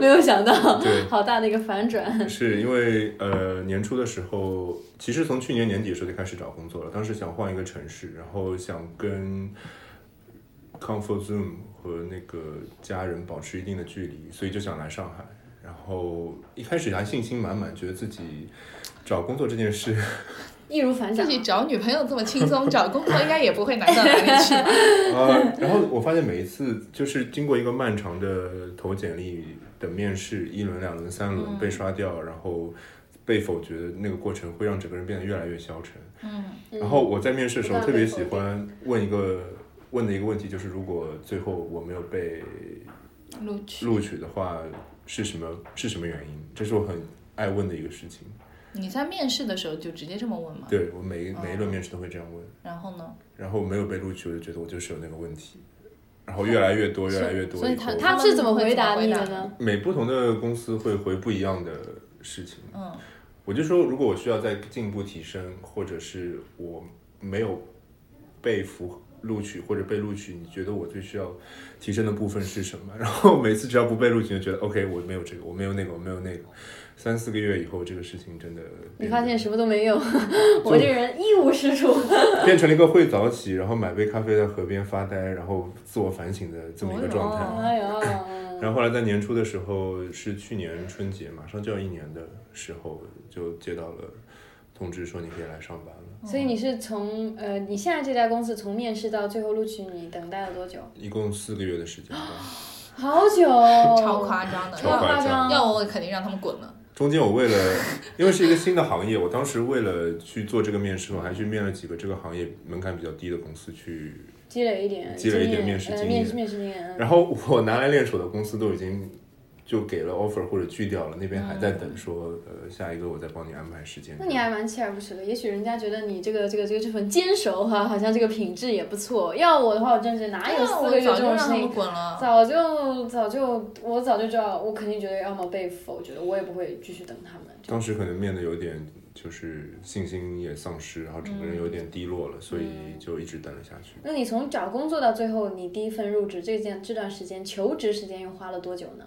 [SPEAKER 1] 没有想到，
[SPEAKER 3] 对，
[SPEAKER 1] 好大的一个反转。
[SPEAKER 3] 是因为呃年初的时候，其实从去年年底的时候就开始找工作了。当时想换一个城市，然后想跟 Comfort Zoom 和那个家人保持一定的距离，所以就想来上海。然后一开始还信心满满，觉得自己找工作这件事
[SPEAKER 1] 易如反掌
[SPEAKER 2] 自。己找女朋友这么轻松，找工作应该也不会难到哪里 去。
[SPEAKER 3] 呃，然后我发现每一次就是经过一个漫长的投简历的面试，一轮、两轮、三轮被刷掉，然后被否决的那个过程，会让整个人变得越来越消沉。
[SPEAKER 1] 嗯
[SPEAKER 3] 然后我在面试的时候
[SPEAKER 1] 不
[SPEAKER 3] 特
[SPEAKER 1] 断被
[SPEAKER 3] 别喜欢问一个问的一个问题，就是如果最后我没有被
[SPEAKER 2] 录取，
[SPEAKER 3] 录取的话，是什么是什么原因？这是我很爱问的一个事情。
[SPEAKER 2] 你在面试的时候就直接这么问吗？
[SPEAKER 3] 对我每一每一轮
[SPEAKER 2] 哦
[SPEAKER 3] 面试都会这样问。
[SPEAKER 2] 然后呢？
[SPEAKER 3] 然后没有被录取，我就觉得我就是有那个问题，然后越来越多，越来越多
[SPEAKER 2] 哦
[SPEAKER 3] 以后。
[SPEAKER 2] 所以他
[SPEAKER 1] 他是怎么回答你的
[SPEAKER 2] 他们会怎么
[SPEAKER 1] 呢？
[SPEAKER 3] 每不同的公司会回不一样的事情。
[SPEAKER 2] 嗯，
[SPEAKER 3] 我就说，如果我需要再进一步提升，或者是我没有被符录取或者被录取，你觉得我最需要提升的部分是什么？ 然后每次只要不被录取，就觉得 OK，我没有这个，我没有那个，我没有那个。三四个月以后，这个事情真的
[SPEAKER 1] 你
[SPEAKER 3] 变
[SPEAKER 1] 发
[SPEAKER 3] 得
[SPEAKER 1] 现什么都没有，我这人一无是处。
[SPEAKER 3] 变成了一个会早起，然后买杯咖啡在河边发呆，然后自我反省的这么一个状态。
[SPEAKER 2] 哦
[SPEAKER 1] 哎呦，
[SPEAKER 3] 然后后来在年初的时候，是去年春节，马上就要一年的时候，就接到了通知说你可以来上班了。
[SPEAKER 1] 所以你是从呃，你现在这家公司从面试到最后录取你，等待了多久？
[SPEAKER 3] 一共四个月的时间吧。
[SPEAKER 1] 好 久，
[SPEAKER 2] 超夸张的，
[SPEAKER 3] 超
[SPEAKER 1] 要哦
[SPEAKER 2] 要
[SPEAKER 1] 夸张。
[SPEAKER 2] 要我我肯定让他们滚了。
[SPEAKER 3] 中间我为了， 因为是一个新的行业，我当时为了去做这个面试，我还去面了几个这个行业门槛比较低的公司去。
[SPEAKER 1] 积累一点
[SPEAKER 3] 积累一点
[SPEAKER 1] 经验
[SPEAKER 3] 面试
[SPEAKER 1] 呃
[SPEAKER 3] 经验
[SPEAKER 1] 面试面试经验。嗯
[SPEAKER 3] 然后我拿来练手的公司都已经就给了 offer 或者拒掉了，那边还在等说，呃，下一个我再帮你安排时间。
[SPEAKER 1] 那你还蛮锲而不舍的，也许人家觉得你这个这个这个这份坚守哈，好像这个品质也不错。要我的话，我真是哪有
[SPEAKER 2] 对啊
[SPEAKER 1] 四
[SPEAKER 2] 我
[SPEAKER 1] 个月
[SPEAKER 2] 早
[SPEAKER 1] 这
[SPEAKER 2] 就
[SPEAKER 1] 种
[SPEAKER 2] 让
[SPEAKER 1] 事
[SPEAKER 2] 他
[SPEAKER 1] 情
[SPEAKER 2] 们滚了。
[SPEAKER 1] 早就早就我早就知道，我肯定觉得要么被否决，我也不会继续等他们。就
[SPEAKER 3] 当时可能面的有点就是信心也丧失，然后整个人有点低落了，所以就一直等了下去。
[SPEAKER 1] 那你从找工作到最后，你第一份入职这件这段时间，求职时间又花了多久呢？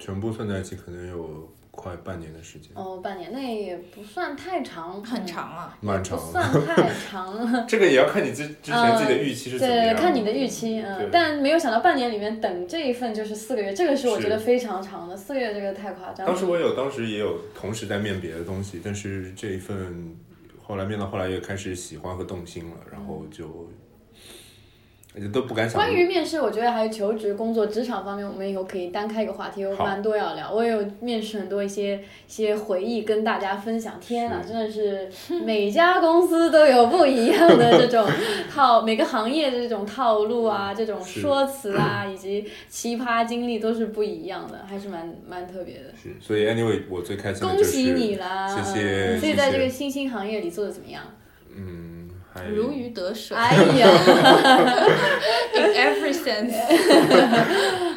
[SPEAKER 3] 全部算在一起，可能有快半年的时间，
[SPEAKER 1] 哦，半年，那也不算太长，嗯
[SPEAKER 2] 很，长啊，
[SPEAKER 3] 漫
[SPEAKER 1] 不
[SPEAKER 3] 长。
[SPEAKER 1] 算太 长。
[SPEAKER 3] 这个也要看你之之前自己的预期是怎么
[SPEAKER 1] 呃对，
[SPEAKER 3] 样，
[SPEAKER 1] 看你的预期，嗯
[SPEAKER 3] 对，
[SPEAKER 1] 但没有想到半年里面等这一份就是四个月，这个是我觉得非常长的，四个月这个太夸张了。
[SPEAKER 3] 当时我有，当时也有同时在面别的东西，但是这一份后来面到后来也开始喜欢和动心了，然后就，而且都不敢想。
[SPEAKER 1] 关于面试，我觉得还有求职、工作、职场方面，我们以后可以单开一个话题，有
[SPEAKER 3] 好
[SPEAKER 1] 蛮多要聊。我也有面试很多一些一些回忆跟大家分享。天哪，
[SPEAKER 3] 是
[SPEAKER 1] 真的是每家公司都有不一样的这 种套，每个行业的这种套路啊，这种
[SPEAKER 3] 是
[SPEAKER 1] 说辞啊，以及奇葩经历都是不一样的，还是蛮蛮特别的。
[SPEAKER 3] 是，所以 anyway，我最开心的
[SPEAKER 1] 恭
[SPEAKER 3] 就是
[SPEAKER 1] 喜你啦！
[SPEAKER 3] 谢谢
[SPEAKER 1] 嗯
[SPEAKER 3] 谢
[SPEAKER 1] 所以在
[SPEAKER 3] 谢
[SPEAKER 1] 这个新兴行业里做的怎么样？
[SPEAKER 3] 嗯，还
[SPEAKER 2] 如鱼得水
[SPEAKER 1] 哎 呀，
[SPEAKER 2] ，in every sense。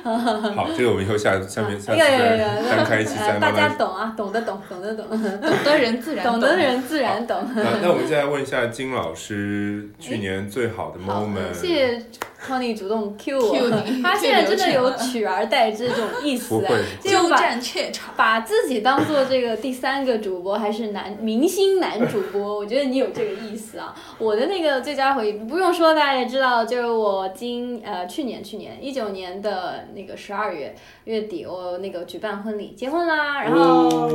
[SPEAKER 3] 好，这个我们以后下下面下
[SPEAKER 1] 哎
[SPEAKER 3] 次
[SPEAKER 1] 呀呀呀
[SPEAKER 3] 再！单开一期再
[SPEAKER 1] 大
[SPEAKER 3] 慢
[SPEAKER 1] 家
[SPEAKER 3] 慢。
[SPEAKER 1] 懂啊，懂的懂，懂的懂，
[SPEAKER 2] 懂的人自然
[SPEAKER 1] 懂的人自然懂。
[SPEAKER 3] 那那我们现在问一下金老师，去年最好的
[SPEAKER 1] 好
[SPEAKER 3] moment，，
[SPEAKER 1] 谢谢 Tony 主动 Q 我
[SPEAKER 2] Cue 你
[SPEAKER 1] 他现在真的
[SPEAKER 2] Cue 流
[SPEAKER 1] 有
[SPEAKER 2] 程啊
[SPEAKER 1] 取而代之这种意
[SPEAKER 3] 不
[SPEAKER 1] 思，
[SPEAKER 3] 会
[SPEAKER 1] 啊，就把
[SPEAKER 2] 鹊巢。
[SPEAKER 1] 把自己当做这个第三个主播，还是男明星男主播，我觉得你有这个意思啊。我的那个最佳回忆不用说，大家也知道，就是我今呃去年去年一九年的那
[SPEAKER 3] 哦
[SPEAKER 1] 个十二月月底，我那个举办婚礼结婚啦，然后。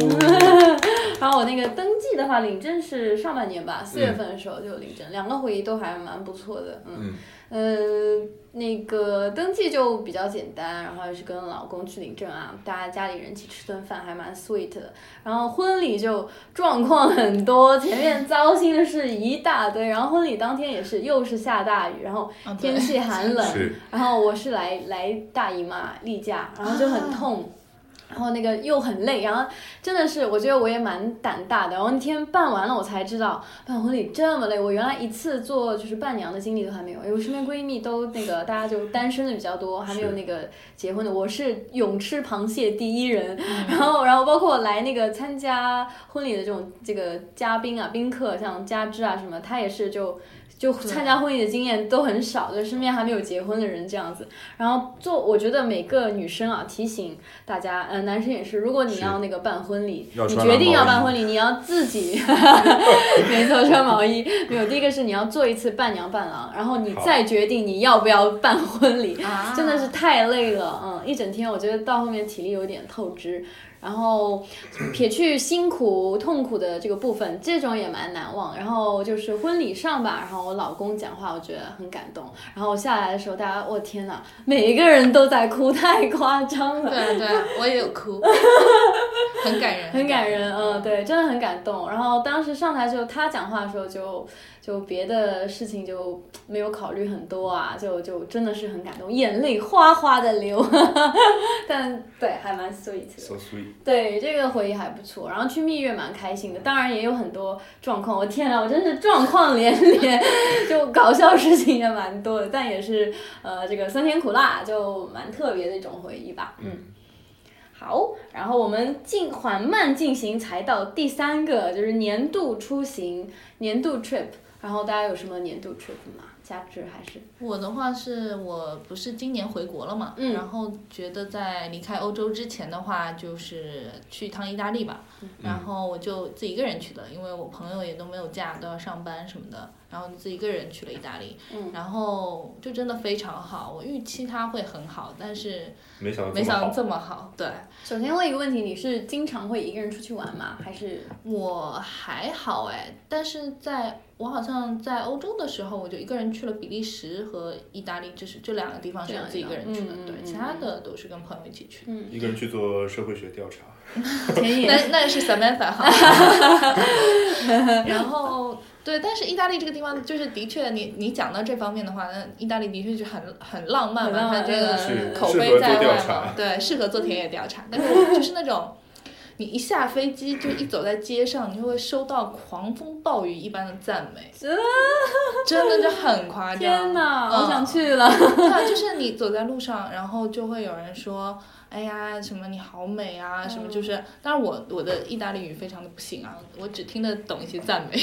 [SPEAKER 1] 然后我那个登记的话，领证是上半年吧，四月份的时候就领证，两个回忆都还蛮不错的，嗯嗯、呃那个登记就比较简单，然后是跟老公去领证啊，大家家里人一起吃顿饭，还蛮 sweet 的。然后婚礼就状况很多，前面糟心的事一大堆，然后婚礼当天也是又是下大雨，然后
[SPEAKER 2] 啊对
[SPEAKER 1] 天气寒冷，
[SPEAKER 3] 是
[SPEAKER 1] 然后我是来来大姨妈例假，然后就很痛。然后那个又很累，然后真的是，我觉得我也蛮胆大的。然后那天办完了，我才知道办婚礼这么累。我原来一次做就是伴娘的经历都还没有，因为我身边闺蜜都那个大家就单身的比较多，还没有
[SPEAKER 3] 是
[SPEAKER 1] 那个结婚的。我是泳吃螃蟹第一人，然后然后包括来那个参加婚礼的这种这个嘉宾啊、宾客，像佳芝啊什么，她也是就就参加婚礼的经验都很少，就身边还没有结婚的人这样子。然后做，我觉得每个女生啊，提醒大家，呃，男生也是，如果你
[SPEAKER 3] 是
[SPEAKER 1] 要那个办婚礼，
[SPEAKER 3] 要
[SPEAKER 1] 你
[SPEAKER 3] 穿
[SPEAKER 1] 决
[SPEAKER 3] 蓝
[SPEAKER 1] 定
[SPEAKER 3] 毛
[SPEAKER 1] 要
[SPEAKER 3] 衣
[SPEAKER 1] 办婚礼，你要自 己，没错，穿毛衣。没有，第一个是你要做一次伴娘伴郎，然后你
[SPEAKER 3] 好
[SPEAKER 1] 再决定你要不要办婚礼。
[SPEAKER 2] 啊
[SPEAKER 1] 真的是太累了，嗯，一整天我觉得到后面体力有点透支，然后撇去辛苦痛苦的这个部分，这种也蛮难忘。然后就是婚礼上吧，然后我老公讲话，我觉得很感动。然后我下来的时候，大家我、天哪，每一个人都在哭， 太夸张了。
[SPEAKER 2] 对啊对啊，我也有 哭，很感人，啊
[SPEAKER 1] 很感人，嗯，对，真的很感动。然后当时上台之后，他讲话的时候就就别的事情就没有考虑很多啊，就就真的是很感动，眼泪哗哗的流。 但对，还蛮 sweet 的。
[SPEAKER 3] ，so sweet。
[SPEAKER 1] 对，这个回忆还不错。然后去蜜月蛮开心的，当然也有很多状况。我天啊，我真是状况连连， 就搞笑事情也蛮多的，但也是呃，这个酸甜苦辣就蛮特别的一种回忆吧。嗯。好，然后我们进缓慢进行，才到第三个，就是年度出行，年度 trip。然后大家有什么年度 trip 吗？加之还是
[SPEAKER 2] 我的话是我不是今年回国了嘛，
[SPEAKER 1] 嗯
[SPEAKER 2] 然后觉得在离开欧洲之前的话，就是去一趟意大利吧，
[SPEAKER 1] 嗯
[SPEAKER 2] 然后我就自己一个人去的，因为我朋友也都没有假，都要上班什么的，然后自己一个人去了意大利，
[SPEAKER 1] 嗯
[SPEAKER 2] 然后就真的非常好，我预期它会很好，但是
[SPEAKER 3] 没想到
[SPEAKER 2] 没
[SPEAKER 3] 啊这
[SPEAKER 2] 想
[SPEAKER 3] 么
[SPEAKER 2] 到
[SPEAKER 3] 好，
[SPEAKER 2] 这么好，对。
[SPEAKER 1] 首先问一个问题，你是经常会一个人出去玩吗？还是
[SPEAKER 2] 我还好哎，但是在我好像在欧洲的时候，我就一个人去了比利时和意大利，就是这两个地方是
[SPEAKER 1] 这
[SPEAKER 2] 我
[SPEAKER 1] 两
[SPEAKER 2] 自己一
[SPEAKER 1] 个
[SPEAKER 2] 个人去的，
[SPEAKER 1] 嗯嗯
[SPEAKER 2] 对，
[SPEAKER 1] 嗯
[SPEAKER 2] 其他的都是跟朋友一起去的。
[SPEAKER 3] 一个人去做社会学调查，
[SPEAKER 1] 前野？
[SPEAKER 2] 那那是 Samantha 哈，然后对，但是意大利这个地方就是的确你，你讲到这方面的话，那意大利的确就很很浪漫嘛，它
[SPEAKER 1] 很浪漫嗯
[SPEAKER 2] 这
[SPEAKER 1] 是
[SPEAKER 2] 个口
[SPEAKER 3] 适
[SPEAKER 2] 碑
[SPEAKER 3] 合
[SPEAKER 2] 在
[SPEAKER 3] 做调
[SPEAKER 2] 外嘛
[SPEAKER 3] 查，
[SPEAKER 2] 对，适合做田野调查，但是就是那种。你一下飞机就一走在街上，你就会收到狂风暴雨一般的赞美，真的就很夸张。
[SPEAKER 1] 天哪，
[SPEAKER 2] 嗯
[SPEAKER 1] 我想去了。
[SPEAKER 2] 对啊，就是你走在路上，然后就会有人说，哎呀，什么你好美啊，什么就是，但是我我的意大利语非常的不行啊，我只听得懂一些赞美，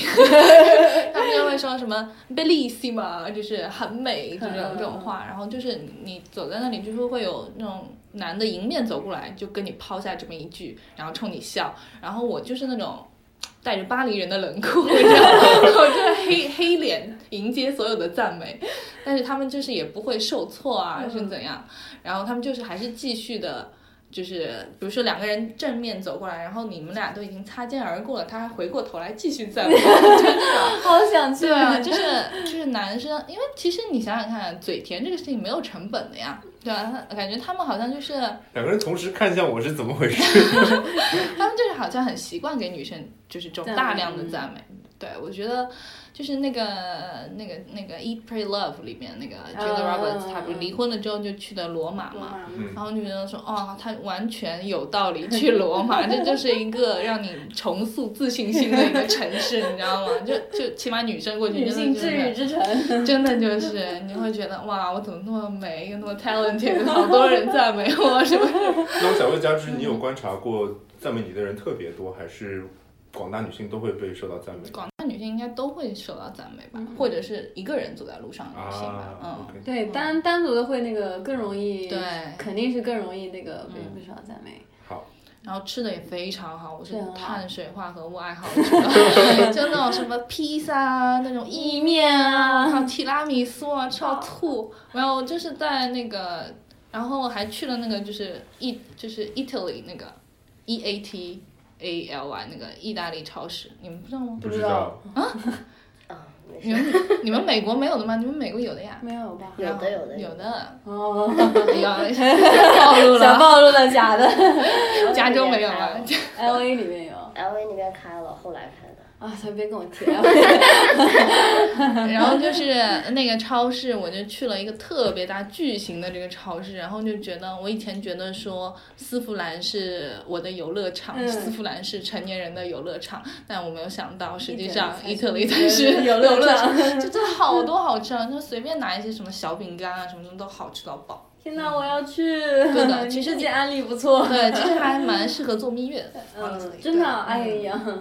[SPEAKER 2] 他们就会说什么 bellissima，就是很美，就是这种话，然后就是你走在那里，就是会有那种。男的迎面走过来，就跟你抛下这么一句，然后冲你笑，然后我就是那种带着巴黎人的冷酷， 你知道吗？我就是黑黑脸迎接所有的赞美，但是他们就是也不会受挫啊，
[SPEAKER 1] 嗯
[SPEAKER 2] 是怎样？然后他们就是还是继续的，就是比如说两个人正面走过来，然后你们俩都已经擦肩而过了，他还回过头来继续赞美，就是这种。
[SPEAKER 1] 好想去
[SPEAKER 2] 对啊，就是就是男生，因为其实你想想看，嘴甜这个事情没有成本的呀，对吧、啊？感觉他们好像就是
[SPEAKER 3] 两个人同时看向我是怎么回事？
[SPEAKER 2] 他们就是好像很习惯给女生就是这种
[SPEAKER 1] 赞
[SPEAKER 2] 大
[SPEAKER 1] 美
[SPEAKER 2] 量的
[SPEAKER 1] 嗯
[SPEAKER 2] 赞美。对，我觉得就是那个那个那个《Eat Pray Love》里面那个 Julia
[SPEAKER 1] 啊
[SPEAKER 2] Roberts，她不是离婚了之后就去的罗马嘛，
[SPEAKER 3] 嗯
[SPEAKER 2] 然后就觉得说，哦，她完全有道理去 罗马，这就是一个让你重塑自信心的一个城市，你知道吗？就就起码女生过去
[SPEAKER 1] 女性
[SPEAKER 2] 真的就
[SPEAKER 1] 治
[SPEAKER 2] 是
[SPEAKER 1] 愈之城，
[SPEAKER 2] 真的就是，你会觉得哇，我怎么那么美，又那么 talented，好多人赞美我什么的。
[SPEAKER 3] 那我想问佳芝，你有观察过赞美你的人特别多，还是广大女性都会被受到赞美？
[SPEAKER 2] 广大女性应该都会受到赞美吧，
[SPEAKER 4] 嗯
[SPEAKER 2] 或者是一个人走在路上的女性吧，
[SPEAKER 3] 啊，OK，
[SPEAKER 1] 对单单独的会那个更容易，
[SPEAKER 2] 嗯，对。嗯
[SPEAKER 1] 肯定是更容易那个被不少赞美。
[SPEAKER 3] 好，
[SPEAKER 2] 然后吃的也非常好，我是
[SPEAKER 1] 对很好
[SPEAKER 2] 碳水化合物爱好
[SPEAKER 3] 啊
[SPEAKER 2] 者， 就那种什么披萨啊，那种意
[SPEAKER 1] 意面
[SPEAKER 2] 啊，还
[SPEAKER 1] 啊，
[SPEAKER 2] 有提拉米苏啊，吃到吐。没有，就是在那个，然后还去了那个就是意就是 Italy 那个 E A T A L Y 那个意大利超市，你们不知道吗？
[SPEAKER 3] 不知道，
[SPEAKER 4] 啊，没
[SPEAKER 2] 你
[SPEAKER 4] 事，
[SPEAKER 2] 们你们美国没有的吗？你们美国有的呀？
[SPEAKER 1] 没有 吧？
[SPEAKER 4] 有的有的
[SPEAKER 2] 有的，
[SPEAKER 1] 哦，
[SPEAKER 2] 暴露
[SPEAKER 1] 小
[SPEAKER 2] 了。
[SPEAKER 1] 暴露了假的 哎
[SPEAKER 2] 加州没有
[SPEAKER 4] 了
[SPEAKER 2] 吗？
[SPEAKER 1] ，L A 里面有
[SPEAKER 4] ，L A 那边开了，后来开的。
[SPEAKER 1] 啊，他别跟我 提 L A，
[SPEAKER 2] 然后就是那个超市，我就去了一个特别大、巨型的这个超市，然后就觉得我以前觉得说丝芙兰是我的游乐场，
[SPEAKER 1] 嗯
[SPEAKER 2] 丝芙兰是成年人的游乐场，但我没有想到，实际
[SPEAKER 1] 一点
[SPEAKER 2] 上
[SPEAKER 1] 才
[SPEAKER 2] 伊
[SPEAKER 1] 是
[SPEAKER 2] 特里
[SPEAKER 1] 你的
[SPEAKER 2] 才是
[SPEAKER 1] 游乐场。
[SPEAKER 2] 就真的好多好吃啊！就随便拿一些什么小饼干啊，什么什么都好吃到 爆。
[SPEAKER 1] 天哪，我要去！
[SPEAKER 2] 对
[SPEAKER 1] 对
[SPEAKER 2] 的其实
[SPEAKER 1] 这件案例不错，
[SPEAKER 2] 对，其实还蛮适合做蜜月的。honestly，
[SPEAKER 1] 嗯，真的啊，
[SPEAKER 2] 对
[SPEAKER 1] 哎呀，对哦，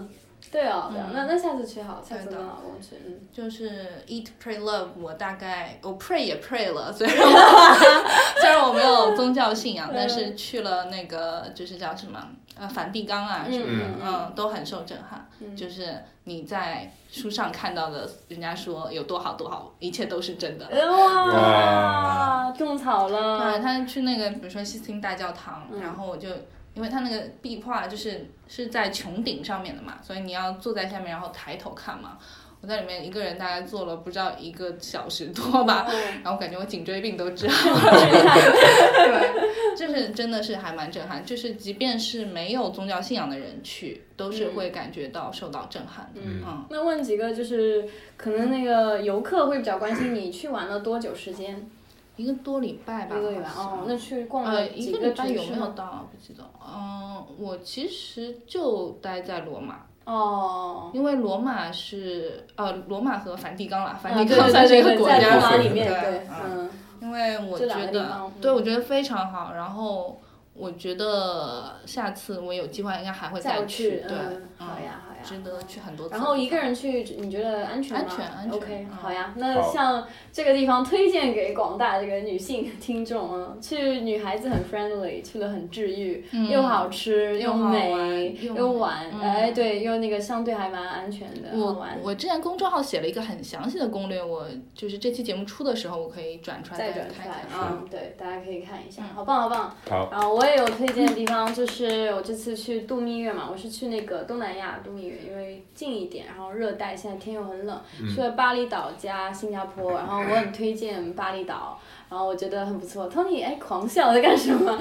[SPEAKER 1] 对哦
[SPEAKER 2] 嗯
[SPEAKER 1] 那那下次去好，下次
[SPEAKER 2] 对
[SPEAKER 1] 跟
[SPEAKER 2] 的
[SPEAKER 1] 老公去，嗯，
[SPEAKER 2] 就是 eat pray love，我大概我 pray 也 pray 了，虽 然我虽然我没有宗教信仰，但
[SPEAKER 1] 嗯
[SPEAKER 2] 是去了那个就是叫什么呃梵蒂冈啊什么的，
[SPEAKER 1] 嗯
[SPEAKER 2] 嗯
[SPEAKER 1] 嗯嗯
[SPEAKER 2] 都很受震撼。就是你在书上看到的，人家说有多好多好，一切都是真的。
[SPEAKER 1] 哇，种草了，
[SPEAKER 2] 对，他去那个，比如说西斯汀大教堂，然
[SPEAKER 1] 嗯
[SPEAKER 2] 后我就，因为他那个壁画就是是在穹顶上面的嘛，所以你要坐在下面，然后抬头看嘛。我在里面一个人大概坐了不知道一个小时多 吧，然后感觉我颈椎病都治好
[SPEAKER 1] 哦
[SPEAKER 2] 了。对，就是真的是还蛮震撼，就是即便是没有宗教信仰的人去，都是会感觉到受到震撼的。
[SPEAKER 3] 嗯
[SPEAKER 2] 嗯，
[SPEAKER 1] 那问几个就是可能那个游客会比较关心你去玩了多久时间？
[SPEAKER 2] 一个多礼拜
[SPEAKER 1] 一
[SPEAKER 2] 吧，
[SPEAKER 1] 个礼拜
[SPEAKER 2] 好像
[SPEAKER 1] 哦，那去逛
[SPEAKER 2] 啊呃，
[SPEAKER 1] 了
[SPEAKER 2] 一
[SPEAKER 1] 几
[SPEAKER 2] 个礼拜
[SPEAKER 1] 城
[SPEAKER 2] 有
[SPEAKER 1] 市
[SPEAKER 2] 没有
[SPEAKER 1] 吗？
[SPEAKER 2] 到啊？不记得。嗯，我其实就待在罗马，
[SPEAKER 1] 哦，
[SPEAKER 2] 因为罗马是呃，罗马和梵蒂冈啦，梵
[SPEAKER 1] 啊
[SPEAKER 2] 蒂
[SPEAKER 1] 对
[SPEAKER 2] 冈
[SPEAKER 1] 对
[SPEAKER 2] 算是一
[SPEAKER 1] 对
[SPEAKER 2] 个
[SPEAKER 1] 对，
[SPEAKER 2] 国
[SPEAKER 1] 在
[SPEAKER 2] 家
[SPEAKER 1] 罗
[SPEAKER 2] 嘛
[SPEAKER 1] 马里
[SPEAKER 3] 对
[SPEAKER 1] 面，
[SPEAKER 2] 对
[SPEAKER 1] 对，
[SPEAKER 2] 嗯
[SPEAKER 1] 嗯，
[SPEAKER 2] 因为我
[SPEAKER 1] 这两
[SPEAKER 2] 觉
[SPEAKER 1] 个地
[SPEAKER 2] 得
[SPEAKER 1] 方，嗯
[SPEAKER 2] 对我觉得非常好。然后我觉得下次我有计划应该还会
[SPEAKER 1] 再
[SPEAKER 2] 去，
[SPEAKER 1] 去，
[SPEAKER 2] 对，
[SPEAKER 1] 嗯，好呀，好呀，
[SPEAKER 2] 值得去很多次。
[SPEAKER 1] 然后一个人去，你觉得安全吗？
[SPEAKER 2] 安全安全
[SPEAKER 1] OK，
[SPEAKER 2] 嗯
[SPEAKER 1] 好呀。那
[SPEAKER 3] 好
[SPEAKER 1] 像这个地方推荐给广大这个女性听众啊，去女孩子很 friendly，去了很治愈，
[SPEAKER 2] 嗯
[SPEAKER 1] 又好吃
[SPEAKER 2] 又好
[SPEAKER 1] 美
[SPEAKER 2] 玩又
[SPEAKER 1] 又玩，
[SPEAKER 2] 嗯
[SPEAKER 1] 哎，对，又那个相对还蛮安全的，好
[SPEAKER 2] 我
[SPEAKER 1] 玩。
[SPEAKER 2] 我之前公众号写了一个很详细的攻略，我就是这期节目出的时候，我可以转出来
[SPEAKER 1] 再
[SPEAKER 2] 大家
[SPEAKER 1] 转出
[SPEAKER 2] 看
[SPEAKER 1] 来
[SPEAKER 2] 看，
[SPEAKER 1] 嗯，对，大家可以看一下，
[SPEAKER 2] 嗯
[SPEAKER 1] 好棒好棒。
[SPEAKER 3] 好，
[SPEAKER 1] 然后我也有推荐的地方，就是我这次去度蜜月嘛，我是去那个东南亚度蜜月，因为近一点，然后热带，现在天又很冷，去了巴厘岛加新加坡，然后我很推荐巴厘岛，然后我觉得很不错。Tony 哎，狂笑在干什么？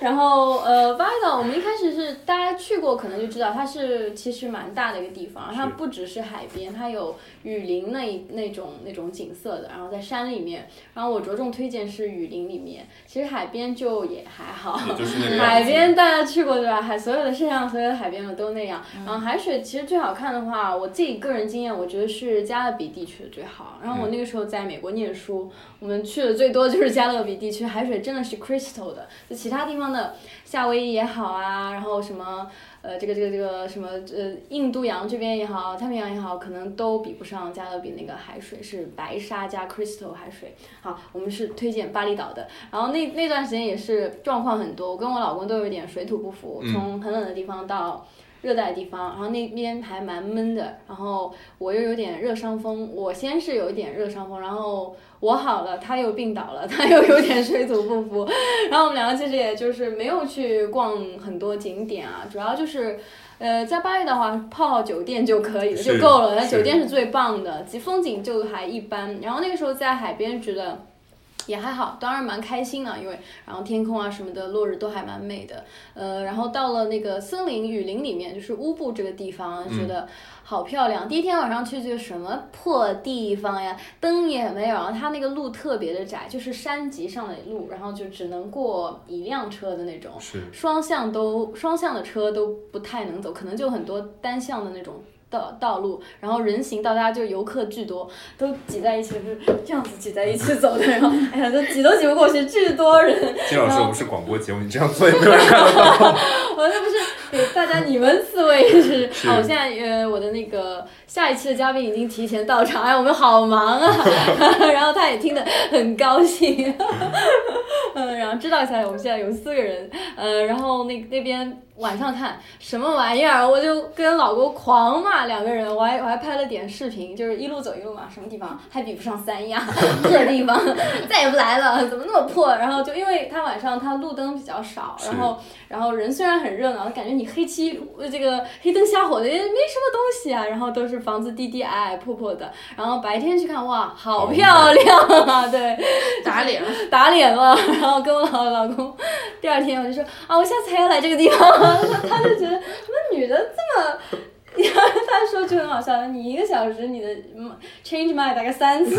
[SPEAKER 1] 然后呃，巴厘岛我们一开始是大家去过，可能就知道它是其实蛮大的一个地方，它
[SPEAKER 3] 是
[SPEAKER 1] 不只是海边，它有雨林那一那种那种景色的，然后在山里面，然后我着重推荐是雨林里面，其实海边就也还好，
[SPEAKER 3] 也就是那个 样子
[SPEAKER 1] 海边大家去过对吧？海所有的世界上所有的海边嘛都那样。然后海水其实最好看的话，我自己个人经验，我觉得是加勒比地区的最好。然后我那个时候在美国念书，我们去的最多就是加勒比地区，海水真的是 crystal 的，就其他地方的夏威夷也好啊，然后什么。呃，这个这个这个什么呃，印度洋这边也好，太平洋也好，可能都比不上加勒比那个海水是白沙加 crystal 海水。好，我们是推荐巴厘岛的。然后那那段时间也是状况很多，我跟我老公都有一点水土不服，
[SPEAKER 3] 嗯
[SPEAKER 1] 从很冷的地方到。热带的地方，然后那边还蛮闷的，然后我又有点热伤风。我先是有一点热伤风，然后我好了，他又病倒了， 他又有点水土不服。 然后我们两个其实也就是没有去逛很多景点啊，主要就是，呃，在巴黎的话泡好酒店就可以了，就是够了。那
[SPEAKER 3] 是
[SPEAKER 1] 酒店是最棒的，其风景就还一般。然后那个时候在海边觉得。也还好，当然蛮开心的，因为然后天空啊什么的，落日都还蛮美的。呃，然后到了那个森林雨林里面，就是乌布这个地方，
[SPEAKER 3] 嗯
[SPEAKER 1] 觉得好漂亮。第一天晚上去这个什么破地方呀，灯也没有，然后它那个路特别的窄，就是山脊上的路，然后就只能过一辆车的那种。
[SPEAKER 3] 是
[SPEAKER 1] 双向都双向的车都不太能走，可能就很多单向的那种道道路，然后人行道大家就游客巨多，都挤在一起，就是这样子挤在一起走的，然后哎呀，都挤都挤不过去，巨多人，
[SPEAKER 3] 金老师，我们是广播节目，你这样做也没有人看。
[SPEAKER 1] 我这不是给大家你们四位是，
[SPEAKER 3] 是
[SPEAKER 1] 哦，我现在呃我的那个下一期的嘉宾已经提前到场，哎，我们好忙啊， 然后他也听得很高 兴，嗯，然后知道一下我们现在有四个人，呃，然后那那边晚上看什么玩意儿，我就跟老公狂骂两个人，我还我还拍了点视频，就是一路走一路骂，什么地方还比不上三亚 这地方，再也不来了，怎么那么破？然后就因为它晚上它路灯比较少，
[SPEAKER 3] 是
[SPEAKER 1] 然后然后人虽然很热闹，感觉你黑漆呃这个黑灯瞎火的也没什么东西啊，然后都是房子低低矮矮破破的，然后白天去看哇，好
[SPEAKER 3] 好
[SPEAKER 1] 漂亮啊，对。
[SPEAKER 2] 嗯打脸，
[SPEAKER 1] 打脸了， 然后跟我老老公，第二天我就说啊，我下次还要来这个地方， 他就觉得怎么女的这么。 他说就很好笑，你一个小时你的嗯 change mind 大概三次，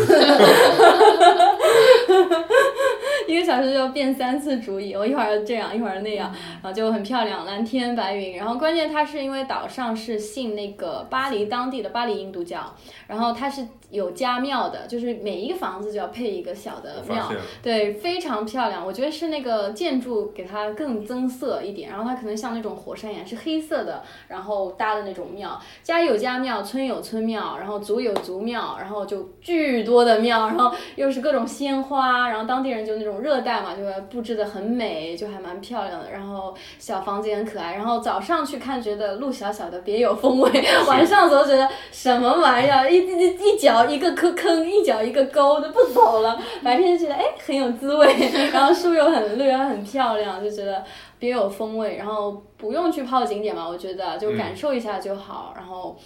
[SPEAKER 1] 一个小时就要变三次主意，我一会儿这样，一会儿那样，然后就很漂亮，蓝天白云。然后关键它是因为岛上是信那个巴黎当地的巴黎印度教，然后它是有家庙的，就是每一个房子就要配一个小的
[SPEAKER 3] 我发
[SPEAKER 1] 庙，
[SPEAKER 3] 现了
[SPEAKER 1] 对，非常漂亮。我觉得是那个建筑给它更增色一点，然后它可能像那种火山岩是黑色的，然后搭的那种庙，家有家庙，村有村庙，然后族有族庙，然后就巨多的庙，然后又是各种鲜花，然后当地人就那种热带嘛，就会布置的很美，就还蛮漂亮的。然后小房子也很可爱，然后早上去看觉得路小小的别有风味， 晚上走觉得什么玩意儿，一一一一脚一个坑坑，一脚一个沟的不走了。白天就觉得哎很有滋味， 然后树又很绿，然后很漂亮，就觉得别有风味。然后不用去泡景点嘛，我觉得就感受一下就好，然后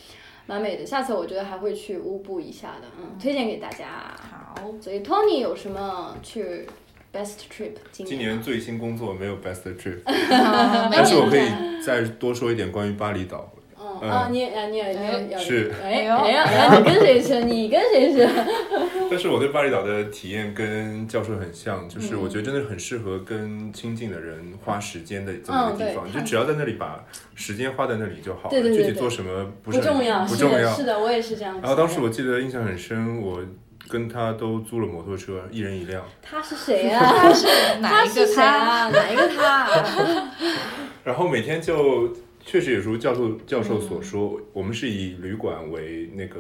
[SPEAKER 1] 蛮美的。下次我觉得还会去乌布一下的，嗯，推荐给大家。
[SPEAKER 2] 好，
[SPEAKER 1] 所以 Tony 有什么去 best trip 今
[SPEAKER 3] 今年最新工作没有 best trip，
[SPEAKER 2] 但
[SPEAKER 3] 但是我可以再多说一点关于巴厘岛。
[SPEAKER 1] 嗯
[SPEAKER 3] 嗯
[SPEAKER 1] 啊，你也啊你也你也
[SPEAKER 3] 是
[SPEAKER 1] 哎
[SPEAKER 2] 哎
[SPEAKER 1] 呀
[SPEAKER 2] 呦
[SPEAKER 1] 哎呀哎呀，你跟谁去？你跟谁去？
[SPEAKER 3] 但是我对巴厘岛的体验跟教授很像，
[SPEAKER 1] 嗯
[SPEAKER 3] 就是我觉得真的很适合跟亲近的人花时间的这么一个地
[SPEAKER 1] 嗯
[SPEAKER 3] 方，
[SPEAKER 1] 对
[SPEAKER 3] 就只要在那里把时间花在那里就好了，
[SPEAKER 1] 对对对
[SPEAKER 3] 具体
[SPEAKER 1] 对
[SPEAKER 3] 做什么不是
[SPEAKER 1] 不
[SPEAKER 3] 很
[SPEAKER 1] 重要，
[SPEAKER 3] 不
[SPEAKER 1] 是
[SPEAKER 3] 重
[SPEAKER 1] 的，
[SPEAKER 3] 要
[SPEAKER 1] 是。的，我也是这样想的。
[SPEAKER 3] 然后当时我记得印象很深，我跟他都租了摩托车，一人一辆。
[SPEAKER 1] 他是谁 啊？
[SPEAKER 2] 是哪
[SPEAKER 1] 他
[SPEAKER 2] 一
[SPEAKER 1] 是
[SPEAKER 2] 个
[SPEAKER 1] 谁
[SPEAKER 2] 他？
[SPEAKER 1] 啊？哪一个他啊？
[SPEAKER 3] 然后每天就确实也如教授教授所
[SPEAKER 1] 嗯
[SPEAKER 3] 说，我们是以旅馆为那个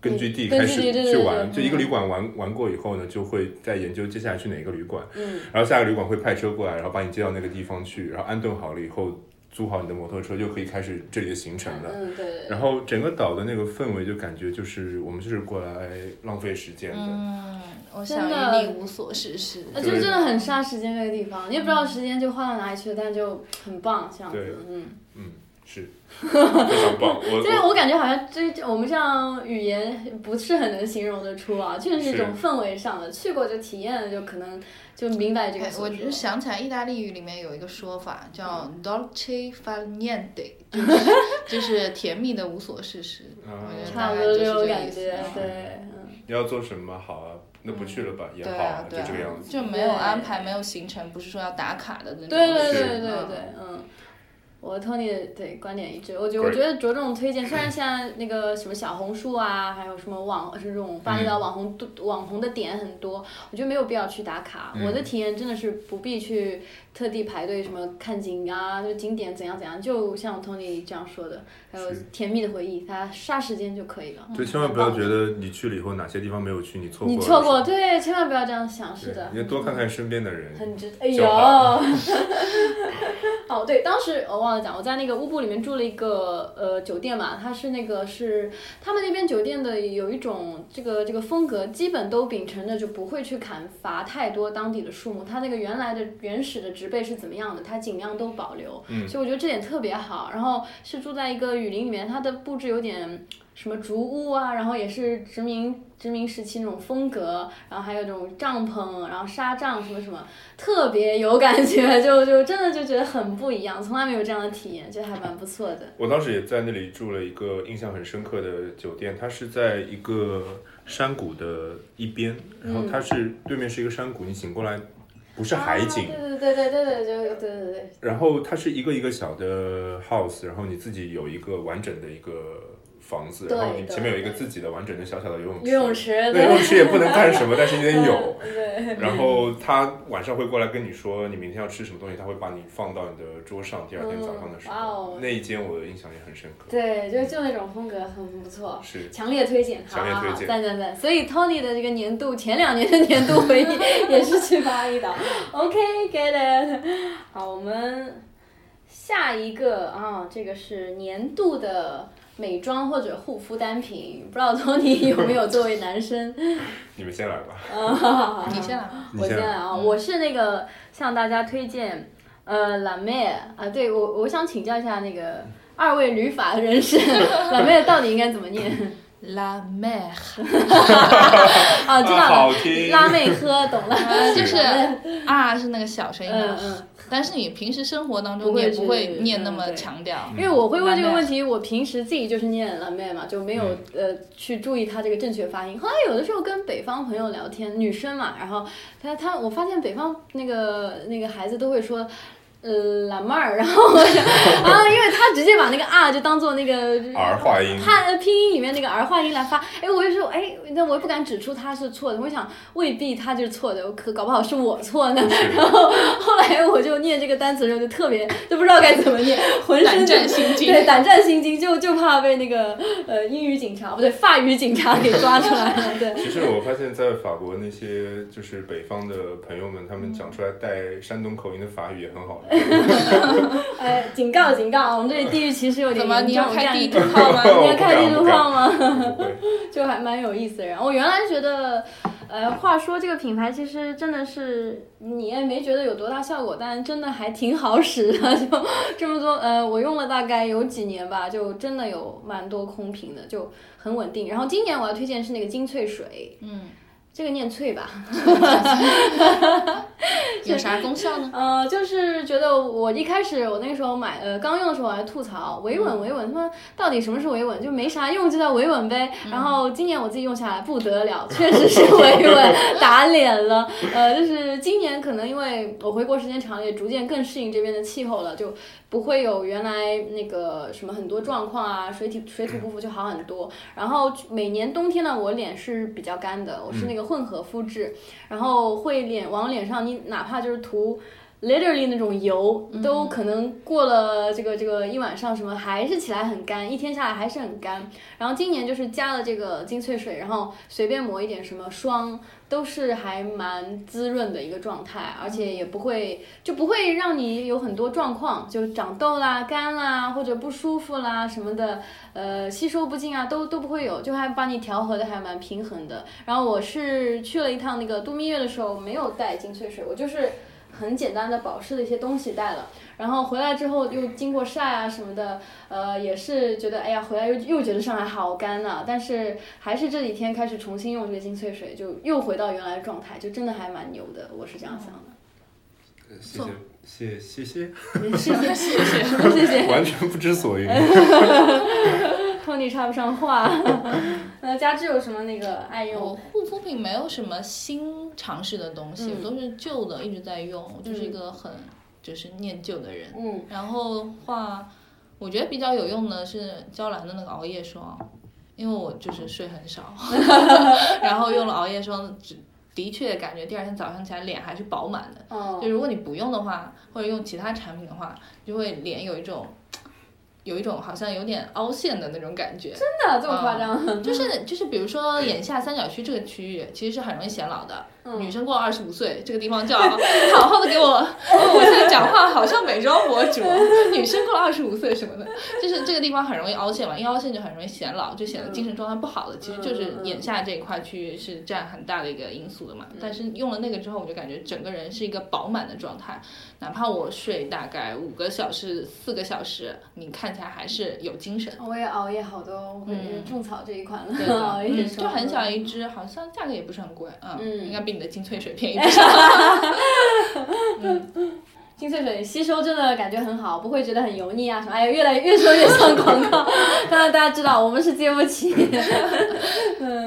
[SPEAKER 3] 根据地
[SPEAKER 1] 根
[SPEAKER 3] 开
[SPEAKER 1] 据
[SPEAKER 3] 始
[SPEAKER 1] 地对嗯对
[SPEAKER 3] 去
[SPEAKER 1] 对
[SPEAKER 3] 玩，
[SPEAKER 1] 对
[SPEAKER 3] 就一个旅馆玩玩过以后呢，就会再研究接下来去哪个旅馆，
[SPEAKER 1] 嗯，
[SPEAKER 3] 然后下个旅馆会派车过来，然后把你接到那个地方去，然后安顿好了以后，租好你的摩托车就可以开始这里的行程了。
[SPEAKER 1] 嗯，对对对。
[SPEAKER 3] 然后整个岛的那个氛围就感觉就是我们就是过来哎浪费时间的，
[SPEAKER 2] 嗯，我
[SPEAKER 1] 真
[SPEAKER 2] 想
[SPEAKER 1] 的
[SPEAKER 2] 与你无所事事。
[SPEAKER 1] 那就真的很杀时间这个地方，你也不知道时间就花到哪里去了，但就很棒，这样
[SPEAKER 3] 对
[SPEAKER 1] 子，嗯，
[SPEAKER 3] 嗯，是非常棒。我
[SPEAKER 1] 就是
[SPEAKER 3] 我
[SPEAKER 1] 我感觉好像这这我们这样语言不是很能形容得出啊，确实是一种氛围上的，去过就体验了，就可能就明白这个
[SPEAKER 2] 哎
[SPEAKER 1] 所
[SPEAKER 2] 我
[SPEAKER 1] 说。
[SPEAKER 2] 就想起来，意大利语里面有一个说法叫
[SPEAKER 3] 嗯
[SPEAKER 2] “dolce far niente”，就是 就是甜蜜的无所事事。
[SPEAKER 3] 啊
[SPEAKER 2] 我觉得
[SPEAKER 1] 差
[SPEAKER 2] 大
[SPEAKER 1] 不
[SPEAKER 2] 概
[SPEAKER 1] 多
[SPEAKER 2] 就
[SPEAKER 1] 这
[SPEAKER 2] 是这
[SPEAKER 1] 种
[SPEAKER 2] 个
[SPEAKER 1] 感
[SPEAKER 2] 意思
[SPEAKER 1] 觉，
[SPEAKER 2] 嗯
[SPEAKER 1] 对，嗯，
[SPEAKER 3] 你要做什么好啊？那不去了吧，也
[SPEAKER 2] 对
[SPEAKER 3] 好
[SPEAKER 2] 啊，
[SPEAKER 3] 就
[SPEAKER 2] 对啊
[SPEAKER 3] 这个样子。
[SPEAKER 2] 就没有安排，没有行程，不是说要打卡的那种。
[SPEAKER 1] 对对对
[SPEAKER 3] 是
[SPEAKER 1] 对对对，嗯。我和 Tony 的对观点一致，我觉得我
[SPEAKER 3] Great
[SPEAKER 1] 觉得着重推荐，虽然现在那个什么小红书啊，还有什么网是这种巴
[SPEAKER 3] 嗯
[SPEAKER 1] 厘岛网红、网红的点很多，我觉得没有必要去打卡。
[SPEAKER 3] 嗯
[SPEAKER 1] 我的体验真的是不必去特地排队什么看景啊，就景点怎样怎样，就像 Tony 这样说的，还有
[SPEAKER 3] 是
[SPEAKER 1] 甜蜜的回忆，它杀时间就可以了。
[SPEAKER 3] 就千万不要觉得你去了以后哪些地方没有去，你错过
[SPEAKER 1] 啊你
[SPEAKER 3] 了
[SPEAKER 1] 错过，对，千万不要这样想，是的
[SPEAKER 3] 对。你要多看看身边的人。
[SPEAKER 1] 很值，哎呦
[SPEAKER 3] 就， 好
[SPEAKER 1] 哦对，当时我忘了讲，我在那个乌布里面住了一个呃酒店嘛，它是那个是他们那边酒店的有一种这个这个风格，基本都秉承着就不会去砍伐太多当地的树木，它那个原来的原始的植被是怎么样的，它尽量都保留，
[SPEAKER 3] 嗯
[SPEAKER 1] 所以我觉得这点特别好。然后是住在一个雨林里面，它的布置有点。什么竹屋啊，然后也是殖民殖民时期那种风格，然后还有那种帐篷，然后纱帐什么什么，特别有感觉，就就真的就觉得很不一样，从来没有这样的体验，觉得还蛮不错的。
[SPEAKER 3] 我当时也在那里住了一个印象很深刻的酒店，它是在一个山谷的一边，然后它是对面是一个山谷，你醒过来不是海景，
[SPEAKER 1] 嗯啊对对对对对对，就对对对，
[SPEAKER 3] 然后它是一个一个小的 house，然后你自己有一个完整的一个房子，
[SPEAKER 1] 对
[SPEAKER 3] 然后你
[SPEAKER 1] 对
[SPEAKER 3] 前面有一个自己的完整的小小的游泳池，
[SPEAKER 1] 游泳池
[SPEAKER 3] 那游泳池也不能干什么，但是你得有。
[SPEAKER 1] 对，
[SPEAKER 3] 然后他晚上会过来跟你说你明天要吃什么东西，他会把你放到你的桌上，第二天早上的时
[SPEAKER 1] 嗯哇
[SPEAKER 3] 候，
[SPEAKER 1] 哦
[SPEAKER 3] 那一间我的印象也很深刻。
[SPEAKER 1] 对，就就那种风格很不错。
[SPEAKER 3] 是，
[SPEAKER 1] 强烈推荐，好
[SPEAKER 3] 强烈
[SPEAKER 1] 好
[SPEAKER 3] 推
[SPEAKER 1] 好，
[SPEAKER 3] 荐
[SPEAKER 1] 赞赞赞！所以 Tony 的这个年度前两年的年度回忆也是去巴厘岛，OK，get、it。好，我们下一个啊，这个是年度的美妆或者护肤单品，不知道 Tony 有没有作为男生？
[SPEAKER 3] 你们先来吧，
[SPEAKER 1] 啊，
[SPEAKER 2] 嗯你先 来吧。
[SPEAKER 3] 你嗯
[SPEAKER 1] 我先
[SPEAKER 3] 来
[SPEAKER 1] 来啊，我是那个向大家推荐，呃，蓝妹啊，对我我想请教一下那个二位旅法人 士，蓝妹到底应该怎么念？
[SPEAKER 2] La mer，
[SPEAKER 1] 啊，知
[SPEAKER 3] 啊
[SPEAKER 1] 道
[SPEAKER 3] 好
[SPEAKER 1] 了，
[SPEAKER 3] 听
[SPEAKER 1] 拉妹喝懂了，
[SPEAKER 2] 就是啊是那个小声音
[SPEAKER 1] 嗯
[SPEAKER 2] 的，
[SPEAKER 1] 嗯，
[SPEAKER 2] 但是你平时生活当
[SPEAKER 1] 不
[SPEAKER 2] 中
[SPEAKER 1] 会
[SPEAKER 2] 你也
[SPEAKER 1] 去
[SPEAKER 2] 不会念那
[SPEAKER 1] 嗯
[SPEAKER 2] 么
[SPEAKER 1] 对
[SPEAKER 2] 强调。
[SPEAKER 1] 因为我会问这个问题，我平时自己就是念蓝妹嘛，就没有呃去注意它这个正确发音。后来有的时候跟北方朋友聊天，女生嘛，然后她她我发现北方那个那个孩子都会说。呃，蓝妹儿，然后我想啊，因为他直接把那个啊就当做那个
[SPEAKER 3] 儿化音。
[SPEAKER 1] 汉拼音里面那个儿化音来发，哎，我就说，哎，那我也不敢指出他是错的，我想未必他就是错的，可搞不好是我错呢。然后后来我就念这个单词的时候就特别 就不知道该怎么念， 浑身
[SPEAKER 2] 胆
[SPEAKER 1] 就
[SPEAKER 2] 战心惊，
[SPEAKER 1] 对胆战心惊，就就怕被那个呃英语警察不对法语警察给抓出来了， 对。
[SPEAKER 3] 其实我发现，在法国那些就是北方的朋友们，他
[SPEAKER 1] 嗯
[SPEAKER 3] 们讲出来带山东口音的法语也 很好听。
[SPEAKER 1] 哎，警告警告，我们这里地域歧视有点
[SPEAKER 2] 怎么
[SPEAKER 1] 严
[SPEAKER 2] 你
[SPEAKER 1] 重，
[SPEAKER 2] 要开地
[SPEAKER 1] 你
[SPEAKER 2] 图炮吗？
[SPEAKER 1] 你要看地图炮吗？
[SPEAKER 3] 不会
[SPEAKER 1] 就还蛮有意思的。然后我原来觉得，呃，话说这个品牌其实真的是你也没觉得有多大效果，但真的还挺好使的。就这么多，呃，我用了大概有几年吧，就真的有蛮多空瓶的，就很稳定。然后今年我要推荐是那个精粹水，
[SPEAKER 2] 嗯，
[SPEAKER 1] 这个念翠吧，
[SPEAKER 2] 有啥功效呢？
[SPEAKER 1] 呃，就是觉得我一开始我那个时候买，呃，刚用的时候我还吐槽维稳维稳，他们到底什么是维稳？就没啥用，就叫维稳呗。然后今年我自己用下来不得了，确实是维稳 打脸了。呃，就是今年可能因为我回国时间长了，也逐渐更适应这边的气候了，就不会有原来那个什么很多状况啊，水体水土不服就好很多。然后每年冬天呢，我脸是比较干的，我是那个混合肤质，然后会脸往脸上你哪怕就是涂 literally 那种油，都可能过了这个这个一晚上什么还是起来很干，一天下来还是很干。然后今年就是加了这个精粹水，然后随便抹一点什么霜，都是还蛮滋润的一个状态，而且也不会就不会让你有很多状况，就长痘啦、干啦或者不舒服啦什么的，呃，吸收不进啊，都都不会有，就还把你调和的还蛮平衡的。然后我是去了一趟那个度蜜月的时候，没有带精粹水，我就是很简单的保湿的一些东西带了。然后回来之后又经过晒啊什么的，呃，也是觉得哎呀，回来又又觉得上海好干呐、但是还是这几天开始重新用这个精粹水，就又回到原来的状态，就真的还蛮牛的，我是这样想的。
[SPEAKER 3] 谢谢谢谢谢
[SPEAKER 1] 谢谢
[SPEAKER 2] 谢谢。
[SPEAKER 1] 谢谢
[SPEAKER 3] 谢，完全不知所云。
[SPEAKER 1] ，Tony 插不上话。那佳芝有什么那个爱
[SPEAKER 2] 我
[SPEAKER 1] 用？
[SPEAKER 2] 护肤品没有什么新尝试的东西，
[SPEAKER 1] 嗯
[SPEAKER 2] 我都是旧的一直在用，我就是一个很就是念旧的人。
[SPEAKER 1] 嗯，
[SPEAKER 2] 然后话，我觉得比较有用的是娇兰的那个熬夜霜，因为我就是睡很少， 然后用了熬夜霜，只的确感觉第二天早上起来脸还是饱满的。
[SPEAKER 1] 哦，
[SPEAKER 2] 就如果你不用的话，或者用其他产品的话，就会脸有一种。有一种好像有点凹陷的那种感觉，
[SPEAKER 1] 真的这么夸张？
[SPEAKER 2] 就是就是，比如说眼下三角区这个区域，其实是很容易显老的。女
[SPEAKER 1] 嗯，
[SPEAKER 2] 生过了二十五岁，这个地方就要 好好的给我。我现在讲话好像美妆博主，啊女生过了二十五岁什么的，就是这个地方很容易凹陷嘛，一凹陷就很容易显老，就显得精神状态不好的。其实就是眼下这一块区域是占很大的一个因素的嘛。但是用了那个之后，我就感觉整个人是一个饱满的状态，哪怕我睡大概五个小时、四个小时，你看起来还是有精神。
[SPEAKER 1] 我也熬夜好多，我也
[SPEAKER 2] 嗯
[SPEAKER 1] 种草这一款了，
[SPEAKER 2] 对 的，
[SPEAKER 1] 熬夜
[SPEAKER 2] 嗯
[SPEAKER 1] 霜
[SPEAKER 2] 就很小一支，好像价格也不是很贵，嗯，
[SPEAKER 1] 嗯
[SPEAKER 2] 应该比你的精粹水 便宜不少。
[SPEAKER 1] 精粹嗯水吸收真的感觉很好，不会觉得很油腻啊什么。哎呀，越来越说越像广告，当然大家知道我们是接不 起，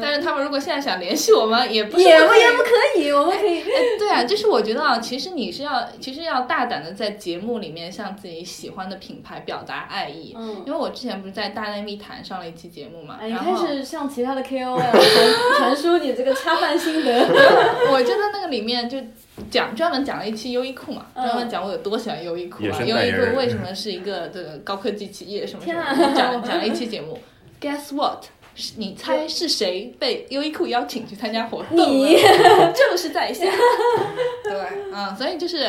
[SPEAKER 2] 但是他们如果现在想联系我们，也不是
[SPEAKER 1] 也
[SPEAKER 2] 不
[SPEAKER 1] 不
[SPEAKER 2] 可以
[SPEAKER 1] 也不可以，我们可以
[SPEAKER 2] 对啊，就是我觉得啊，其实你是要，其实要大胆的在节目里面向自己喜欢的品牌表达爱意。
[SPEAKER 1] 嗯。
[SPEAKER 2] 因为我之前不是在大内密谈上了一期节目嘛，
[SPEAKER 1] 哎，你
[SPEAKER 2] 然
[SPEAKER 1] 开
[SPEAKER 2] 后
[SPEAKER 1] 始向其他的 KOL 传传输你这个恰饭心 得，
[SPEAKER 2] 我就在那个里面就讲专门讲了一期优衣库嘛，
[SPEAKER 1] 嗯
[SPEAKER 2] 专门讲我有多喜欢优衣库
[SPEAKER 3] 也
[SPEAKER 2] 啊，
[SPEAKER 3] 是
[SPEAKER 2] 优
[SPEAKER 3] 代
[SPEAKER 2] 衣
[SPEAKER 3] 言人
[SPEAKER 2] 库为什么是一个这个高科技企业什么什么
[SPEAKER 1] 天啊
[SPEAKER 2] 的，讲讲了一期节目。Guess what？是你猜是谁被优衣库邀请 去参加活动？
[SPEAKER 1] 你
[SPEAKER 2] 就是在线。对，嗯，所以就是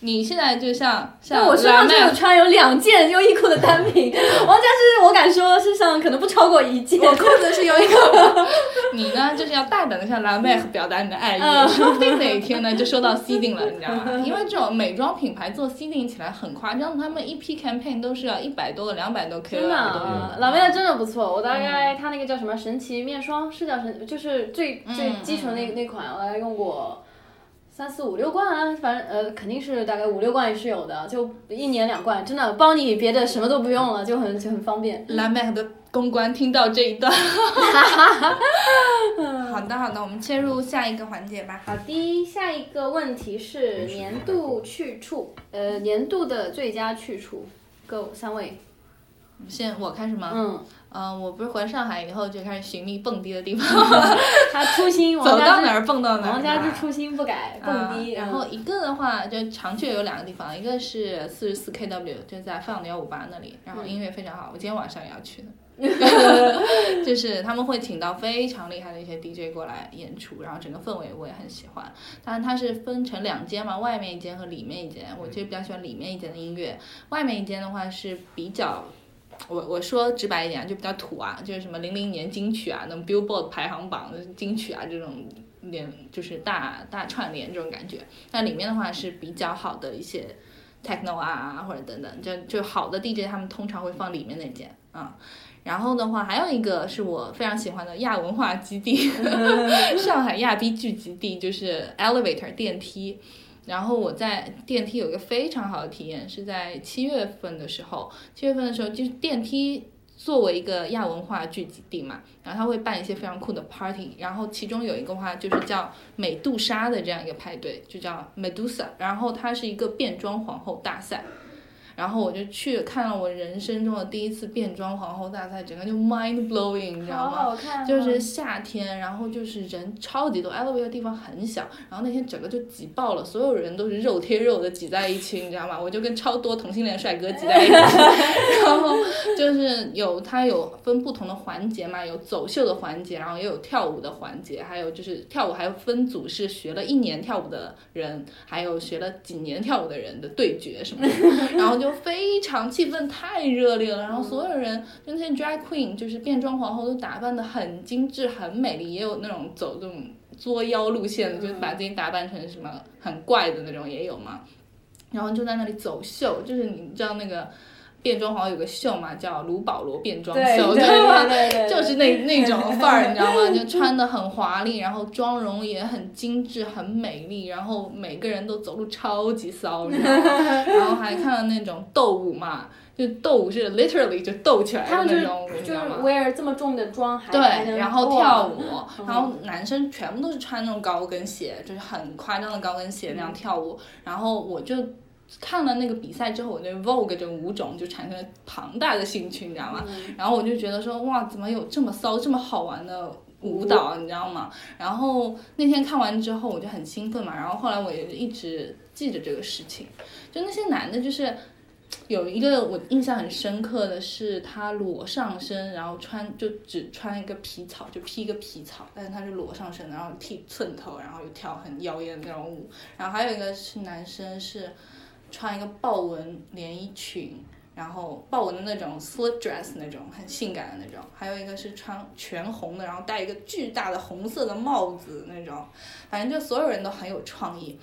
[SPEAKER 2] 你现在就像像
[SPEAKER 1] 那我身上就有
[SPEAKER 2] Lana
[SPEAKER 1] 穿有两件优衣库的单品，王佳芝我敢说身上可能不超过一件。
[SPEAKER 2] 我裤子是有一个，你呢就是要大胆的向蓝妹表达你的爱意，
[SPEAKER 1] 嗯
[SPEAKER 2] 说不定哪一天呢就收到 C 定了，你知道吗？因为这种美妆品牌做 C 定起来很夸张，他们一批 campaign 都是要一百多个、两百多 K
[SPEAKER 1] 真的啊，
[SPEAKER 2] 嗯
[SPEAKER 1] 老妹的真的不错。我大概它那个叫什么神奇面霜，是叫神，就是最
[SPEAKER 2] 嗯
[SPEAKER 1] 最基础的那那款，我大概用过三四五六罐啊，反正呃肯定是大概五六罐也是有的，就一年两罐，真的包你别的什么都不用了，就很就很方便。
[SPEAKER 2] 嗯蓝妹的公关听到这一 段，好的好的，我们切入下一个环节吧。
[SPEAKER 1] 好的，下一个问题是年度去处，呃，年度的最佳去处，各三位，
[SPEAKER 2] 现我开始吗？
[SPEAKER 1] 嗯，
[SPEAKER 2] 嗯、我不是回上海以后就开始寻觅蹦迪的地方，
[SPEAKER 1] 他初心， 王
[SPEAKER 2] 走到
[SPEAKER 1] 家
[SPEAKER 2] 哪
[SPEAKER 1] 之，
[SPEAKER 2] 儿蹦到哪儿。
[SPEAKER 1] 王家之初心不改，蹦迪，
[SPEAKER 2] 嗯然后一个的话，就长雀有两个地方，一个是四十四 KW，就在放幺五八那里，然后音乐非常好，我今天晚上也要去的，就是他们会请到非常厉害的一些 DJ 过来演出，然后整个氛围我也很喜欢。当然它是分成两间嘛，外面一间和里面一间，我就比较喜欢里面一间的音乐，外面一间的话是比较。我我说直白一点啊，就比较土啊，就是什么零零年金曲啊，那种 Billboard 排行榜的金曲啊，这种连就是大大串联这种感觉。那里面的话是比较好的一些 techno 啊，或者等等，就就好的 DJ 他们通常会放里面那件啊。然后的话，还有一个是我非常喜欢的亚文化基地， 上海亚逼聚集地，就是 elevator 电梯。然后我在电梯有一个非常好的体验，是在七月份的时候，七月份的时候就是电梯作为一个亚文化聚集地嘛，然后它会办一些非常酷的 party，然后其中有一个话就是叫美杜莎的这样一个派对，就叫 Medusa，然后它是一个变装皇后大赛，然后我就去看了我人生中的第一次变装皇后大赛，整个就 mind blowing，你知道
[SPEAKER 1] 好
[SPEAKER 2] 吗？
[SPEAKER 1] 好看啊，
[SPEAKER 2] 就是夏天，然后就是人超级多，LV 的地方很小，然后那天整个就挤爆了，所有人都是肉贴肉的挤在一起，你知道吗？我就跟超多同性恋帅哥挤在一起， 然后就是有它有分不同的环节嘛，有走秀的环节，然后也有跳舞的环节，还有就是跳舞还有分组是学了一年跳舞的人，还有学了几年跳舞的人的对决什么的，然后就非常气氛太热烈了，然后所有人就那些 drag queen，就是变装皇后，都打扮的很精致、很美丽，也有那种走这种作妖路线的，就是
[SPEAKER 1] 嗯
[SPEAKER 2] 把自己打扮成什么很怪的那种也有嘛。然后就在那里走秀，就是你知道那个变装皇后有个秀嘛，叫卢保罗变装
[SPEAKER 1] 对对
[SPEAKER 2] 秀，
[SPEAKER 1] 对
[SPEAKER 2] 吧？
[SPEAKER 1] 对对，对
[SPEAKER 2] 就 是那那种范儿，你知道吗？就穿的很华丽，然后妆容也很精致、很美丽，然后每个人都走路超级骚，你知道 吗？然后还看了那种斗舞嘛，就斗舞是 literally 就斗起来
[SPEAKER 1] 他
[SPEAKER 2] 的
[SPEAKER 1] 们就
[SPEAKER 2] 那
[SPEAKER 1] 是
[SPEAKER 2] 种舞，你
[SPEAKER 1] 就
[SPEAKER 2] 知道
[SPEAKER 1] 是
[SPEAKER 2] 吗？
[SPEAKER 1] wear 这么重的妆还还
[SPEAKER 2] 对，
[SPEAKER 1] 能
[SPEAKER 2] 然后
[SPEAKER 1] 过
[SPEAKER 2] 跳舞，
[SPEAKER 1] 嗯
[SPEAKER 2] 然后男生全部都是穿那种高跟鞋，就是很夸张的高跟鞋
[SPEAKER 1] 嗯
[SPEAKER 2] 那样跳舞，然后我就。看了那个比赛之后，我对 Vogue 这舞种就产生了庞大的兴趣，你知道吗？
[SPEAKER 1] 嗯
[SPEAKER 2] 然后我就觉得说，哇，怎么有这么骚、这么好玩的舞蹈，你知道吗？然后那天看完之后，我就很兴奋嘛。然后后来我也一直记着这个事情，就那些男的，就是。有一个我印象很深刻的是，他裸上身，然后穿就只穿一个皮草，就披一个皮草，但是他是裸上身的，然后剃寸头，然后又跳很妖艳的那种舞。然后还有一个是男生是穿一个豹纹连衣裙，然后豹纹的那种 slit dress 那种很性感的那种，还有一个是穿全红的，然后戴一个巨大的红色的帽子那种，反正就所有人都很有创意。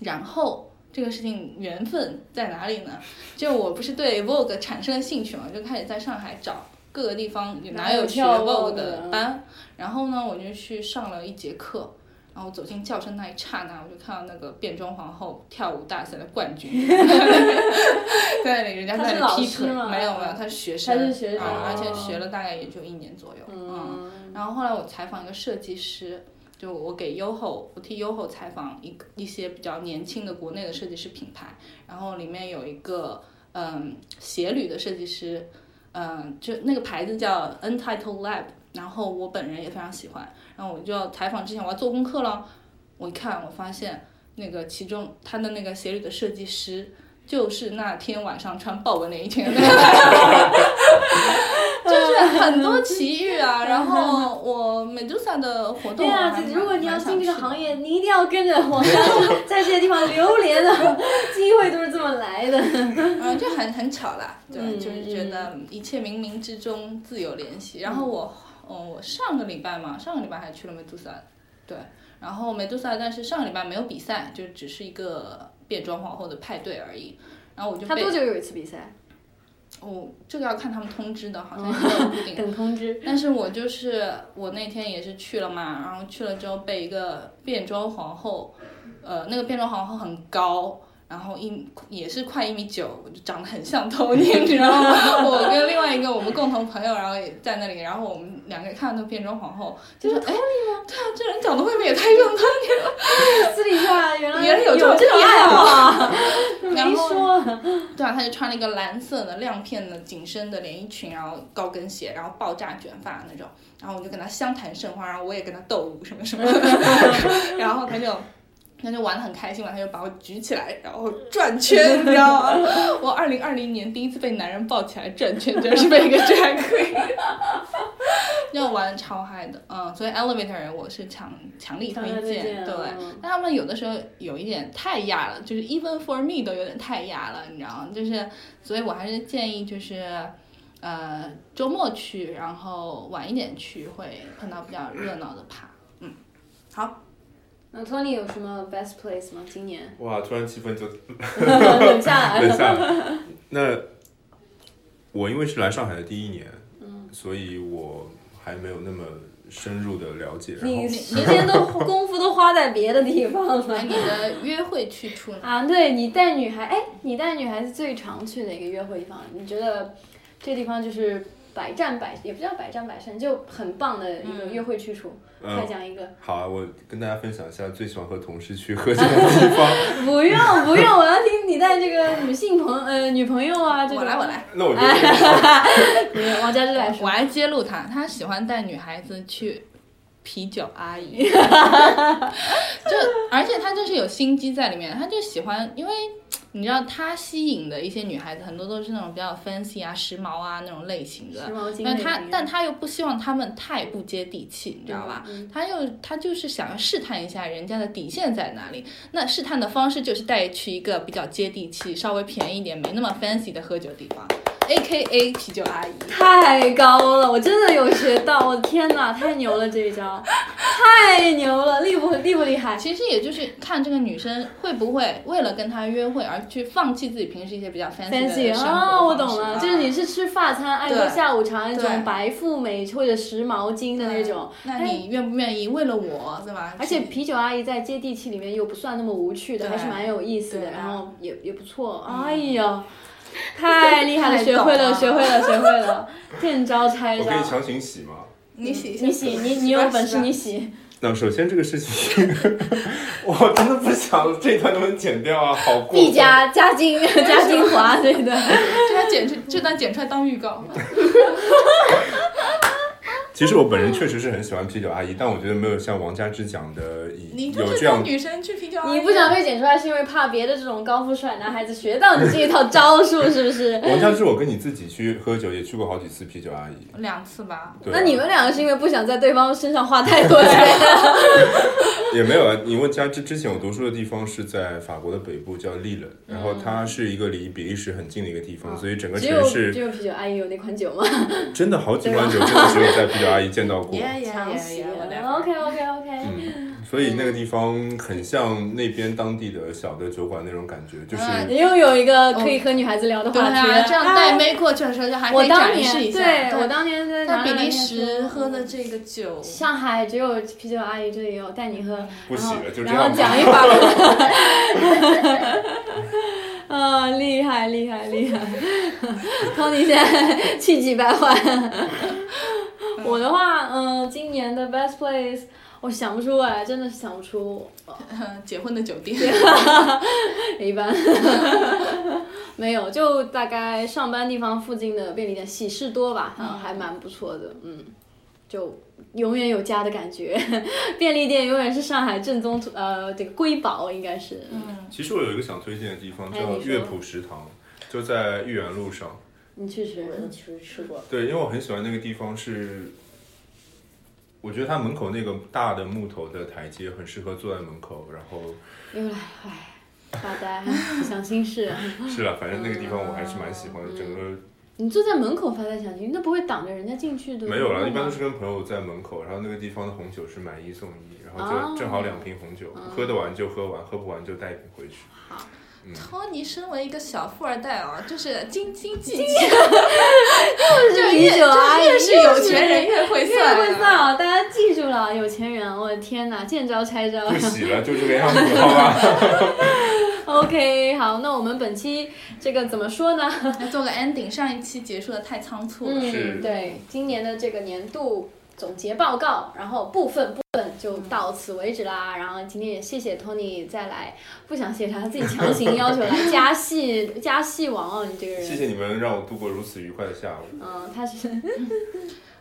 [SPEAKER 2] 然后这个事情缘分在哪里呢？就我不是对 Vogue 产生了兴趣嘛，就开始在上海找各个地方有哪有学
[SPEAKER 1] 哪有跳
[SPEAKER 2] Vogue
[SPEAKER 1] Vogue
[SPEAKER 2] 的
[SPEAKER 1] 的
[SPEAKER 2] 班，然后呢我就去上了一节课。然后走进教室那一刹那，我就看到那个变装皇后跳舞大赛的冠 军，在那里人家
[SPEAKER 1] 她
[SPEAKER 2] 在
[SPEAKER 1] 是
[SPEAKER 2] 那里
[SPEAKER 1] 老
[SPEAKER 2] 劈
[SPEAKER 1] 师
[SPEAKER 2] 腿，
[SPEAKER 1] 吗
[SPEAKER 2] 没有没有，他是学生，
[SPEAKER 1] 她是学生
[SPEAKER 2] 啊而且
[SPEAKER 1] 哦
[SPEAKER 2] 学了大概也就一年左右，啊
[SPEAKER 1] 嗯，
[SPEAKER 2] 然后后来我采访一个设计师，就我给 YOHO，我替 YOHO 采访一个一些比较年轻的国内的设计师品牌，然后里面有一个嗯鞋履的设计师，嗯就那个牌子叫 Untitled Lab，然后我本人也非常喜欢，然后我就要采访之前我要做功课了，我一看我发现那个其中他的那个鞋履的设计师。 就是那天晚上穿豹纹连衣裙的那个，就是很多奇遇啊。然后我美杜莎的活动，
[SPEAKER 1] 对啊，如果你要进这个行业，你一定要跟着我， 在这些地方流连的机会都是这么来的。
[SPEAKER 2] 嗯，就很很巧啦，对，
[SPEAKER 1] 嗯
[SPEAKER 2] 就是觉得一切冥冥之中自有联系。然后我，嗯，我上个礼拜嘛，上个礼拜还去了美杜莎，对，然后美杜莎，但是上个礼拜没有比赛，就只是一个变装皇后的派对而已。然后我就
[SPEAKER 1] 他
[SPEAKER 2] 被
[SPEAKER 1] 多久有一次比赛？
[SPEAKER 2] 哦，这个要看他们通知的，好
[SPEAKER 1] 哦
[SPEAKER 2] 像也没有固定。
[SPEAKER 1] 等通知。
[SPEAKER 2] 但是我就是我那天也是去了嘛，然后去了之后被一个变装皇后，呃，那个变装皇后很高，然后一也是快一米九，我就长得很像 Tony，你知道吗？ 我跟另外一个我们共同朋友，然后也在那里，然后我们两个人看到那个变装皇后，就是哎，对啊，这人长得会不会也太像他？
[SPEAKER 1] 私底下原来
[SPEAKER 2] 原来有
[SPEAKER 1] 有
[SPEAKER 2] 这种
[SPEAKER 1] 这个爱好啊，没
[SPEAKER 2] 然后
[SPEAKER 1] 说。
[SPEAKER 2] 对啊，她就穿了一个蓝色的亮片的紧身的连衣裙，然后高跟鞋，然后爆炸卷发那种。然后我就跟她相谈甚欢，然后我也跟她斗舞什么什么的。然后她就，她就玩的很开心嘛，她就把我举起来，然后转圈，你知道吗？ 我二零二零年第一次被男人抱起来转圈，就是被一个 drag queen，要玩超嗨的。嗯，所以 elevator 我是强强力推荐，嗯对。但他们有的时候有一点太压了，就是 even for me 都有点太压了，你知道吗？就是，所以我还是建议就是，呃，周末去，然后晚一点去会碰到比较热闹的趴。嗯，好，
[SPEAKER 1] 那 Tony 有什么 best place 吗？今 年
[SPEAKER 3] 哇，突然气氛就
[SPEAKER 1] 冷下来
[SPEAKER 3] 等一
[SPEAKER 1] 了。
[SPEAKER 3] 下， 那我因为是来上海的第一年，
[SPEAKER 1] 嗯
[SPEAKER 3] 所以我还没有那么深入的了解。然后
[SPEAKER 1] 你时间都 功夫都花在别的地方了
[SPEAKER 2] 那你的约会去处呢？
[SPEAKER 1] 啊！对你带女孩，哎，你带女孩子最常去的一个约会地方，你觉得这地方就是百战百，也不叫百战百胜，就很棒的一个约会去处。快
[SPEAKER 3] 嗯，
[SPEAKER 1] 讲一个，
[SPEAKER 3] 好啊，我跟大家分享一下最喜欢和同事去喝酒的地 方。
[SPEAKER 1] 不用不用，我要听你带这个女性朋呃女朋友啊这种。
[SPEAKER 2] 我来，我来，
[SPEAKER 3] 那我就
[SPEAKER 1] 来，王佳芝来
[SPEAKER 2] 我
[SPEAKER 1] 说。
[SPEAKER 2] 来揭露他，他喜欢带女孩子去。啤酒 阿姨，就而且他就是有心机在里面，他就喜欢，因为你知道他吸引的一些女孩子很多都是那种比较 fancy 啊、时髦啊那种类型的，
[SPEAKER 1] 时髦精
[SPEAKER 2] 但
[SPEAKER 1] 美
[SPEAKER 2] 他
[SPEAKER 1] 女
[SPEAKER 2] 但他又不希望他们太不接地气，你知道吧？
[SPEAKER 1] 嗯
[SPEAKER 2] 他又他就是想要试探一下人家的底线在哪里。那试探的方式就是带去一个比较接地气、稍微便宜一点、没那么 fancy 的喝酒地方，A K A 啤酒阿姨。
[SPEAKER 1] 太高了，我真的有学到，我的天哪，太牛了这一招，太牛了，厉不厉不厉害？
[SPEAKER 2] 其实也就是看这个女生会不会为了跟他约会而去放弃自己平时一些比较 fancy 的
[SPEAKER 1] fancy
[SPEAKER 2] 生活
[SPEAKER 1] 啊、我
[SPEAKER 2] 方式
[SPEAKER 1] 懂了，
[SPEAKER 2] 啊
[SPEAKER 1] 就是你是吃法餐，爱喝
[SPEAKER 2] 对
[SPEAKER 1] 下午茶那种
[SPEAKER 2] 对
[SPEAKER 1] 白富美或者时髦精的那种。哎
[SPEAKER 2] 那你愿不愿意为了我，对吧？
[SPEAKER 1] 而且
[SPEAKER 2] 去
[SPEAKER 1] 啤酒阿姨在接地气里面又不算那么无趣的，
[SPEAKER 2] 对
[SPEAKER 1] 还是蛮有意思的，
[SPEAKER 2] 对啊嗯
[SPEAKER 1] 然后也也不错。哎 呀，太厉害了，学会了，
[SPEAKER 2] 太
[SPEAKER 1] 学
[SPEAKER 2] 懂
[SPEAKER 1] 会了，学会了，见招拆
[SPEAKER 3] 我
[SPEAKER 1] 招
[SPEAKER 3] 可。以强行洗吗？
[SPEAKER 2] 你洗一下
[SPEAKER 1] 你洗，你你有
[SPEAKER 2] 吧
[SPEAKER 1] 本
[SPEAKER 2] 洗
[SPEAKER 1] 事
[SPEAKER 2] 吧
[SPEAKER 1] 你洗。
[SPEAKER 3] 那首先这个事情， 我真的不想这一段能不能剪掉啊？好过分。
[SPEAKER 1] 必加加精 加精华，对的。
[SPEAKER 2] 这段剪出这段剪出来当预告。
[SPEAKER 3] 其实我本人确实是很喜欢啤酒阿姨，但我觉得没有像王佳芝讲的以
[SPEAKER 2] 你
[SPEAKER 3] 有
[SPEAKER 2] 就是
[SPEAKER 3] 这
[SPEAKER 2] 带
[SPEAKER 3] 样
[SPEAKER 2] 女生去啤酒阿姨，
[SPEAKER 1] 你不想被剪出来，是因为怕别的这种高富帅男孩子学到你这一套招数，是不是？
[SPEAKER 3] 王佳芝，我跟你自己去喝酒也去过好几次啤酒阿姨。
[SPEAKER 2] 两次吧？
[SPEAKER 3] 对啊
[SPEAKER 1] 那你们两个是因为不想在对方身上花太多钱？
[SPEAKER 3] 也没有啊，因为加之之前我读书的地方是在法国的北部，叫利冷，然后它是一个离比利时很近的一个地方，所以整个
[SPEAKER 1] 嗯啊只
[SPEAKER 3] 城
[SPEAKER 1] 有
[SPEAKER 3] 市
[SPEAKER 1] 只有啤酒阿姨有那款酒吗？
[SPEAKER 3] 真的好几款酒，真的只有在啤酒阿姨见 到过。
[SPEAKER 1] 常喜。OK OK OK。
[SPEAKER 3] 嗯，所以那个地方很像那边当地的小的酒馆那种感觉，就是
[SPEAKER 2] 嗯
[SPEAKER 1] 你又有一个可以和女孩子聊的
[SPEAKER 2] 对
[SPEAKER 1] 话题了。
[SPEAKER 2] 啊，这样带
[SPEAKER 1] 哎
[SPEAKER 2] 妹过去的时候就还可
[SPEAKER 1] 我
[SPEAKER 2] 以
[SPEAKER 1] 当
[SPEAKER 2] 展示
[SPEAKER 1] 年
[SPEAKER 2] 一下。
[SPEAKER 1] 对我当年在
[SPEAKER 2] 在
[SPEAKER 1] 哪
[SPEAKER 2] 比
[SPEAKER 1] 里
[SPEAKER 2] 利
[SPEAKER 1] 念
[SPEAKER 2] 时
[SPEAKER 1] 书
[SPEAKER 2] 喝的这个酒，
[SPEAKER 1] 上海只有啤酒阿姨这里有带你喝，
[SPEAKER 3] 不洗了，就这
[SPEAKER 1] 然后
[SPEAKER 3] 样吧。
[SPEAKER 1] 讲一把吧。 啊、厉害厉害厉害！托尼现在气急败坏。我的话，嗯、今年的 best place 我想不出哎，真的是想不出，
[SPEAKER 2] 结婚的酒店，
[SPEAKER 1] 一般。没有，就大概上班地方附近的便利店，喜事多吧，嗯，还蛮不错的，嗯，就永远有家的感觉。 便利店永远是上海正宗，呃，这个瑰宝应该是，嗯。
[SPEAKER 3] 其实我有一个想推荐的地方
[SPEAKER 1] 哎
[SPEAKER 3] 叫
[SPEAKER 1] 你说
[SPEAKER 3] 乐谱食堂，就在豫园路上。
[SPEAKER 1] 你去吃
[SPEAKER 4] 我，都吃吃过。
[SPEAKER 3] 对，因为我很喜欢那个地方是，我觉得它门口那个大的木头的台阶很适合坐在门口，然后
[SPEAKER 1] 又来，唉，发呆， 想心事。
[SPEAKER 3] 是了，反正那个地方我还是蛮喜欢的，整个
[SPEAKER 1] 你坐在门口发呆想心，那不会挡着人家进去的。
[SPEAKER 3] 没有啦，一般都
[SPEAKER 1] 是。
[SPEAKER 3] 是跟朋友在门口，然后那个地方的红酒是买一送一，然
[SPEAKER 1] 哦嗯
[SPEAKER 3] 后就正好两瓶红酒，喝得完就喝完，喝不完就带一瓶回去。嗯
[SPEAKER 2] 托尼身为一个小富二代啊，就是斤斤计较，
[SPEAKER 1] 就是米酒啊，
[SPEAKER 2] 越是有钱人越会
[SPEAKER 1] 越
[SPEAKER 2] 算，
[SPEAKER 1] 会算啊！大家记住了，有钱人，我的天哪，见招拆招。
[SPEAKER 3] 不洗了，就这个样 子，好吧？
[SPEAKER 1] OK，好，那我们本期这个怎么说呢？
[SPEAKER 2] 来做个 ending，上一期结束的太仓促了。
[SPEAKER 3] 是
[SPEAKER 1] 嗯，对，今年的这个年度总结报告，然后部分部分就到此为止啦。然后今天也谢谢 Tony 再来，不想谢他，他自己强行要求来加戏加戏王哦，你这个人。
[SPEAKER 3] 谢谢你们让我度过如此愉快的下午。
[SPEAKER 1] 嗯，他是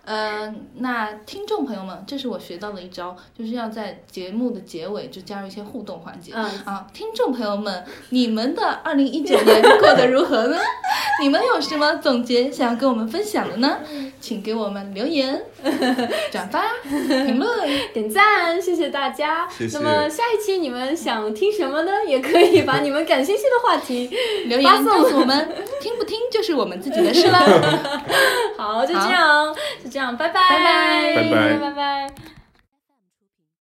[SPEAKER 2] 呃，那听众朋友们，这是我学到的一招，就是要在节目的结尾就加入一些互动环节。
[SPEAKER 1] 嗯，
[SPEAKER 2] 啊，听众朋友们，你们的二零一九年过得如何呢？你们有什么总结想要跟我们分享的呢？请给我们留言、转发、评论。
[SPEAKER 1] 点赞，谢谢大家。
[SPEAKER 3] 谢谢
[SPEAKER 1] 那么下一期你们想听什么呢？也可以把你们感兴趣的话题
[SPEAKER 2] 留
[SPEAKER 1] 发
[SPEAKER 2] 言
[SPEAKER 1] 送
[SPEAKER 2] 告诉我们，听不听就是我们自己的事啦。
[SPEAKER 1] 好，就这样，就这样，拜拜，
[SPEAKER 2] 拜拜
[SPEAKER 3] 拜拜
[SPEAKER 1] 拜拜。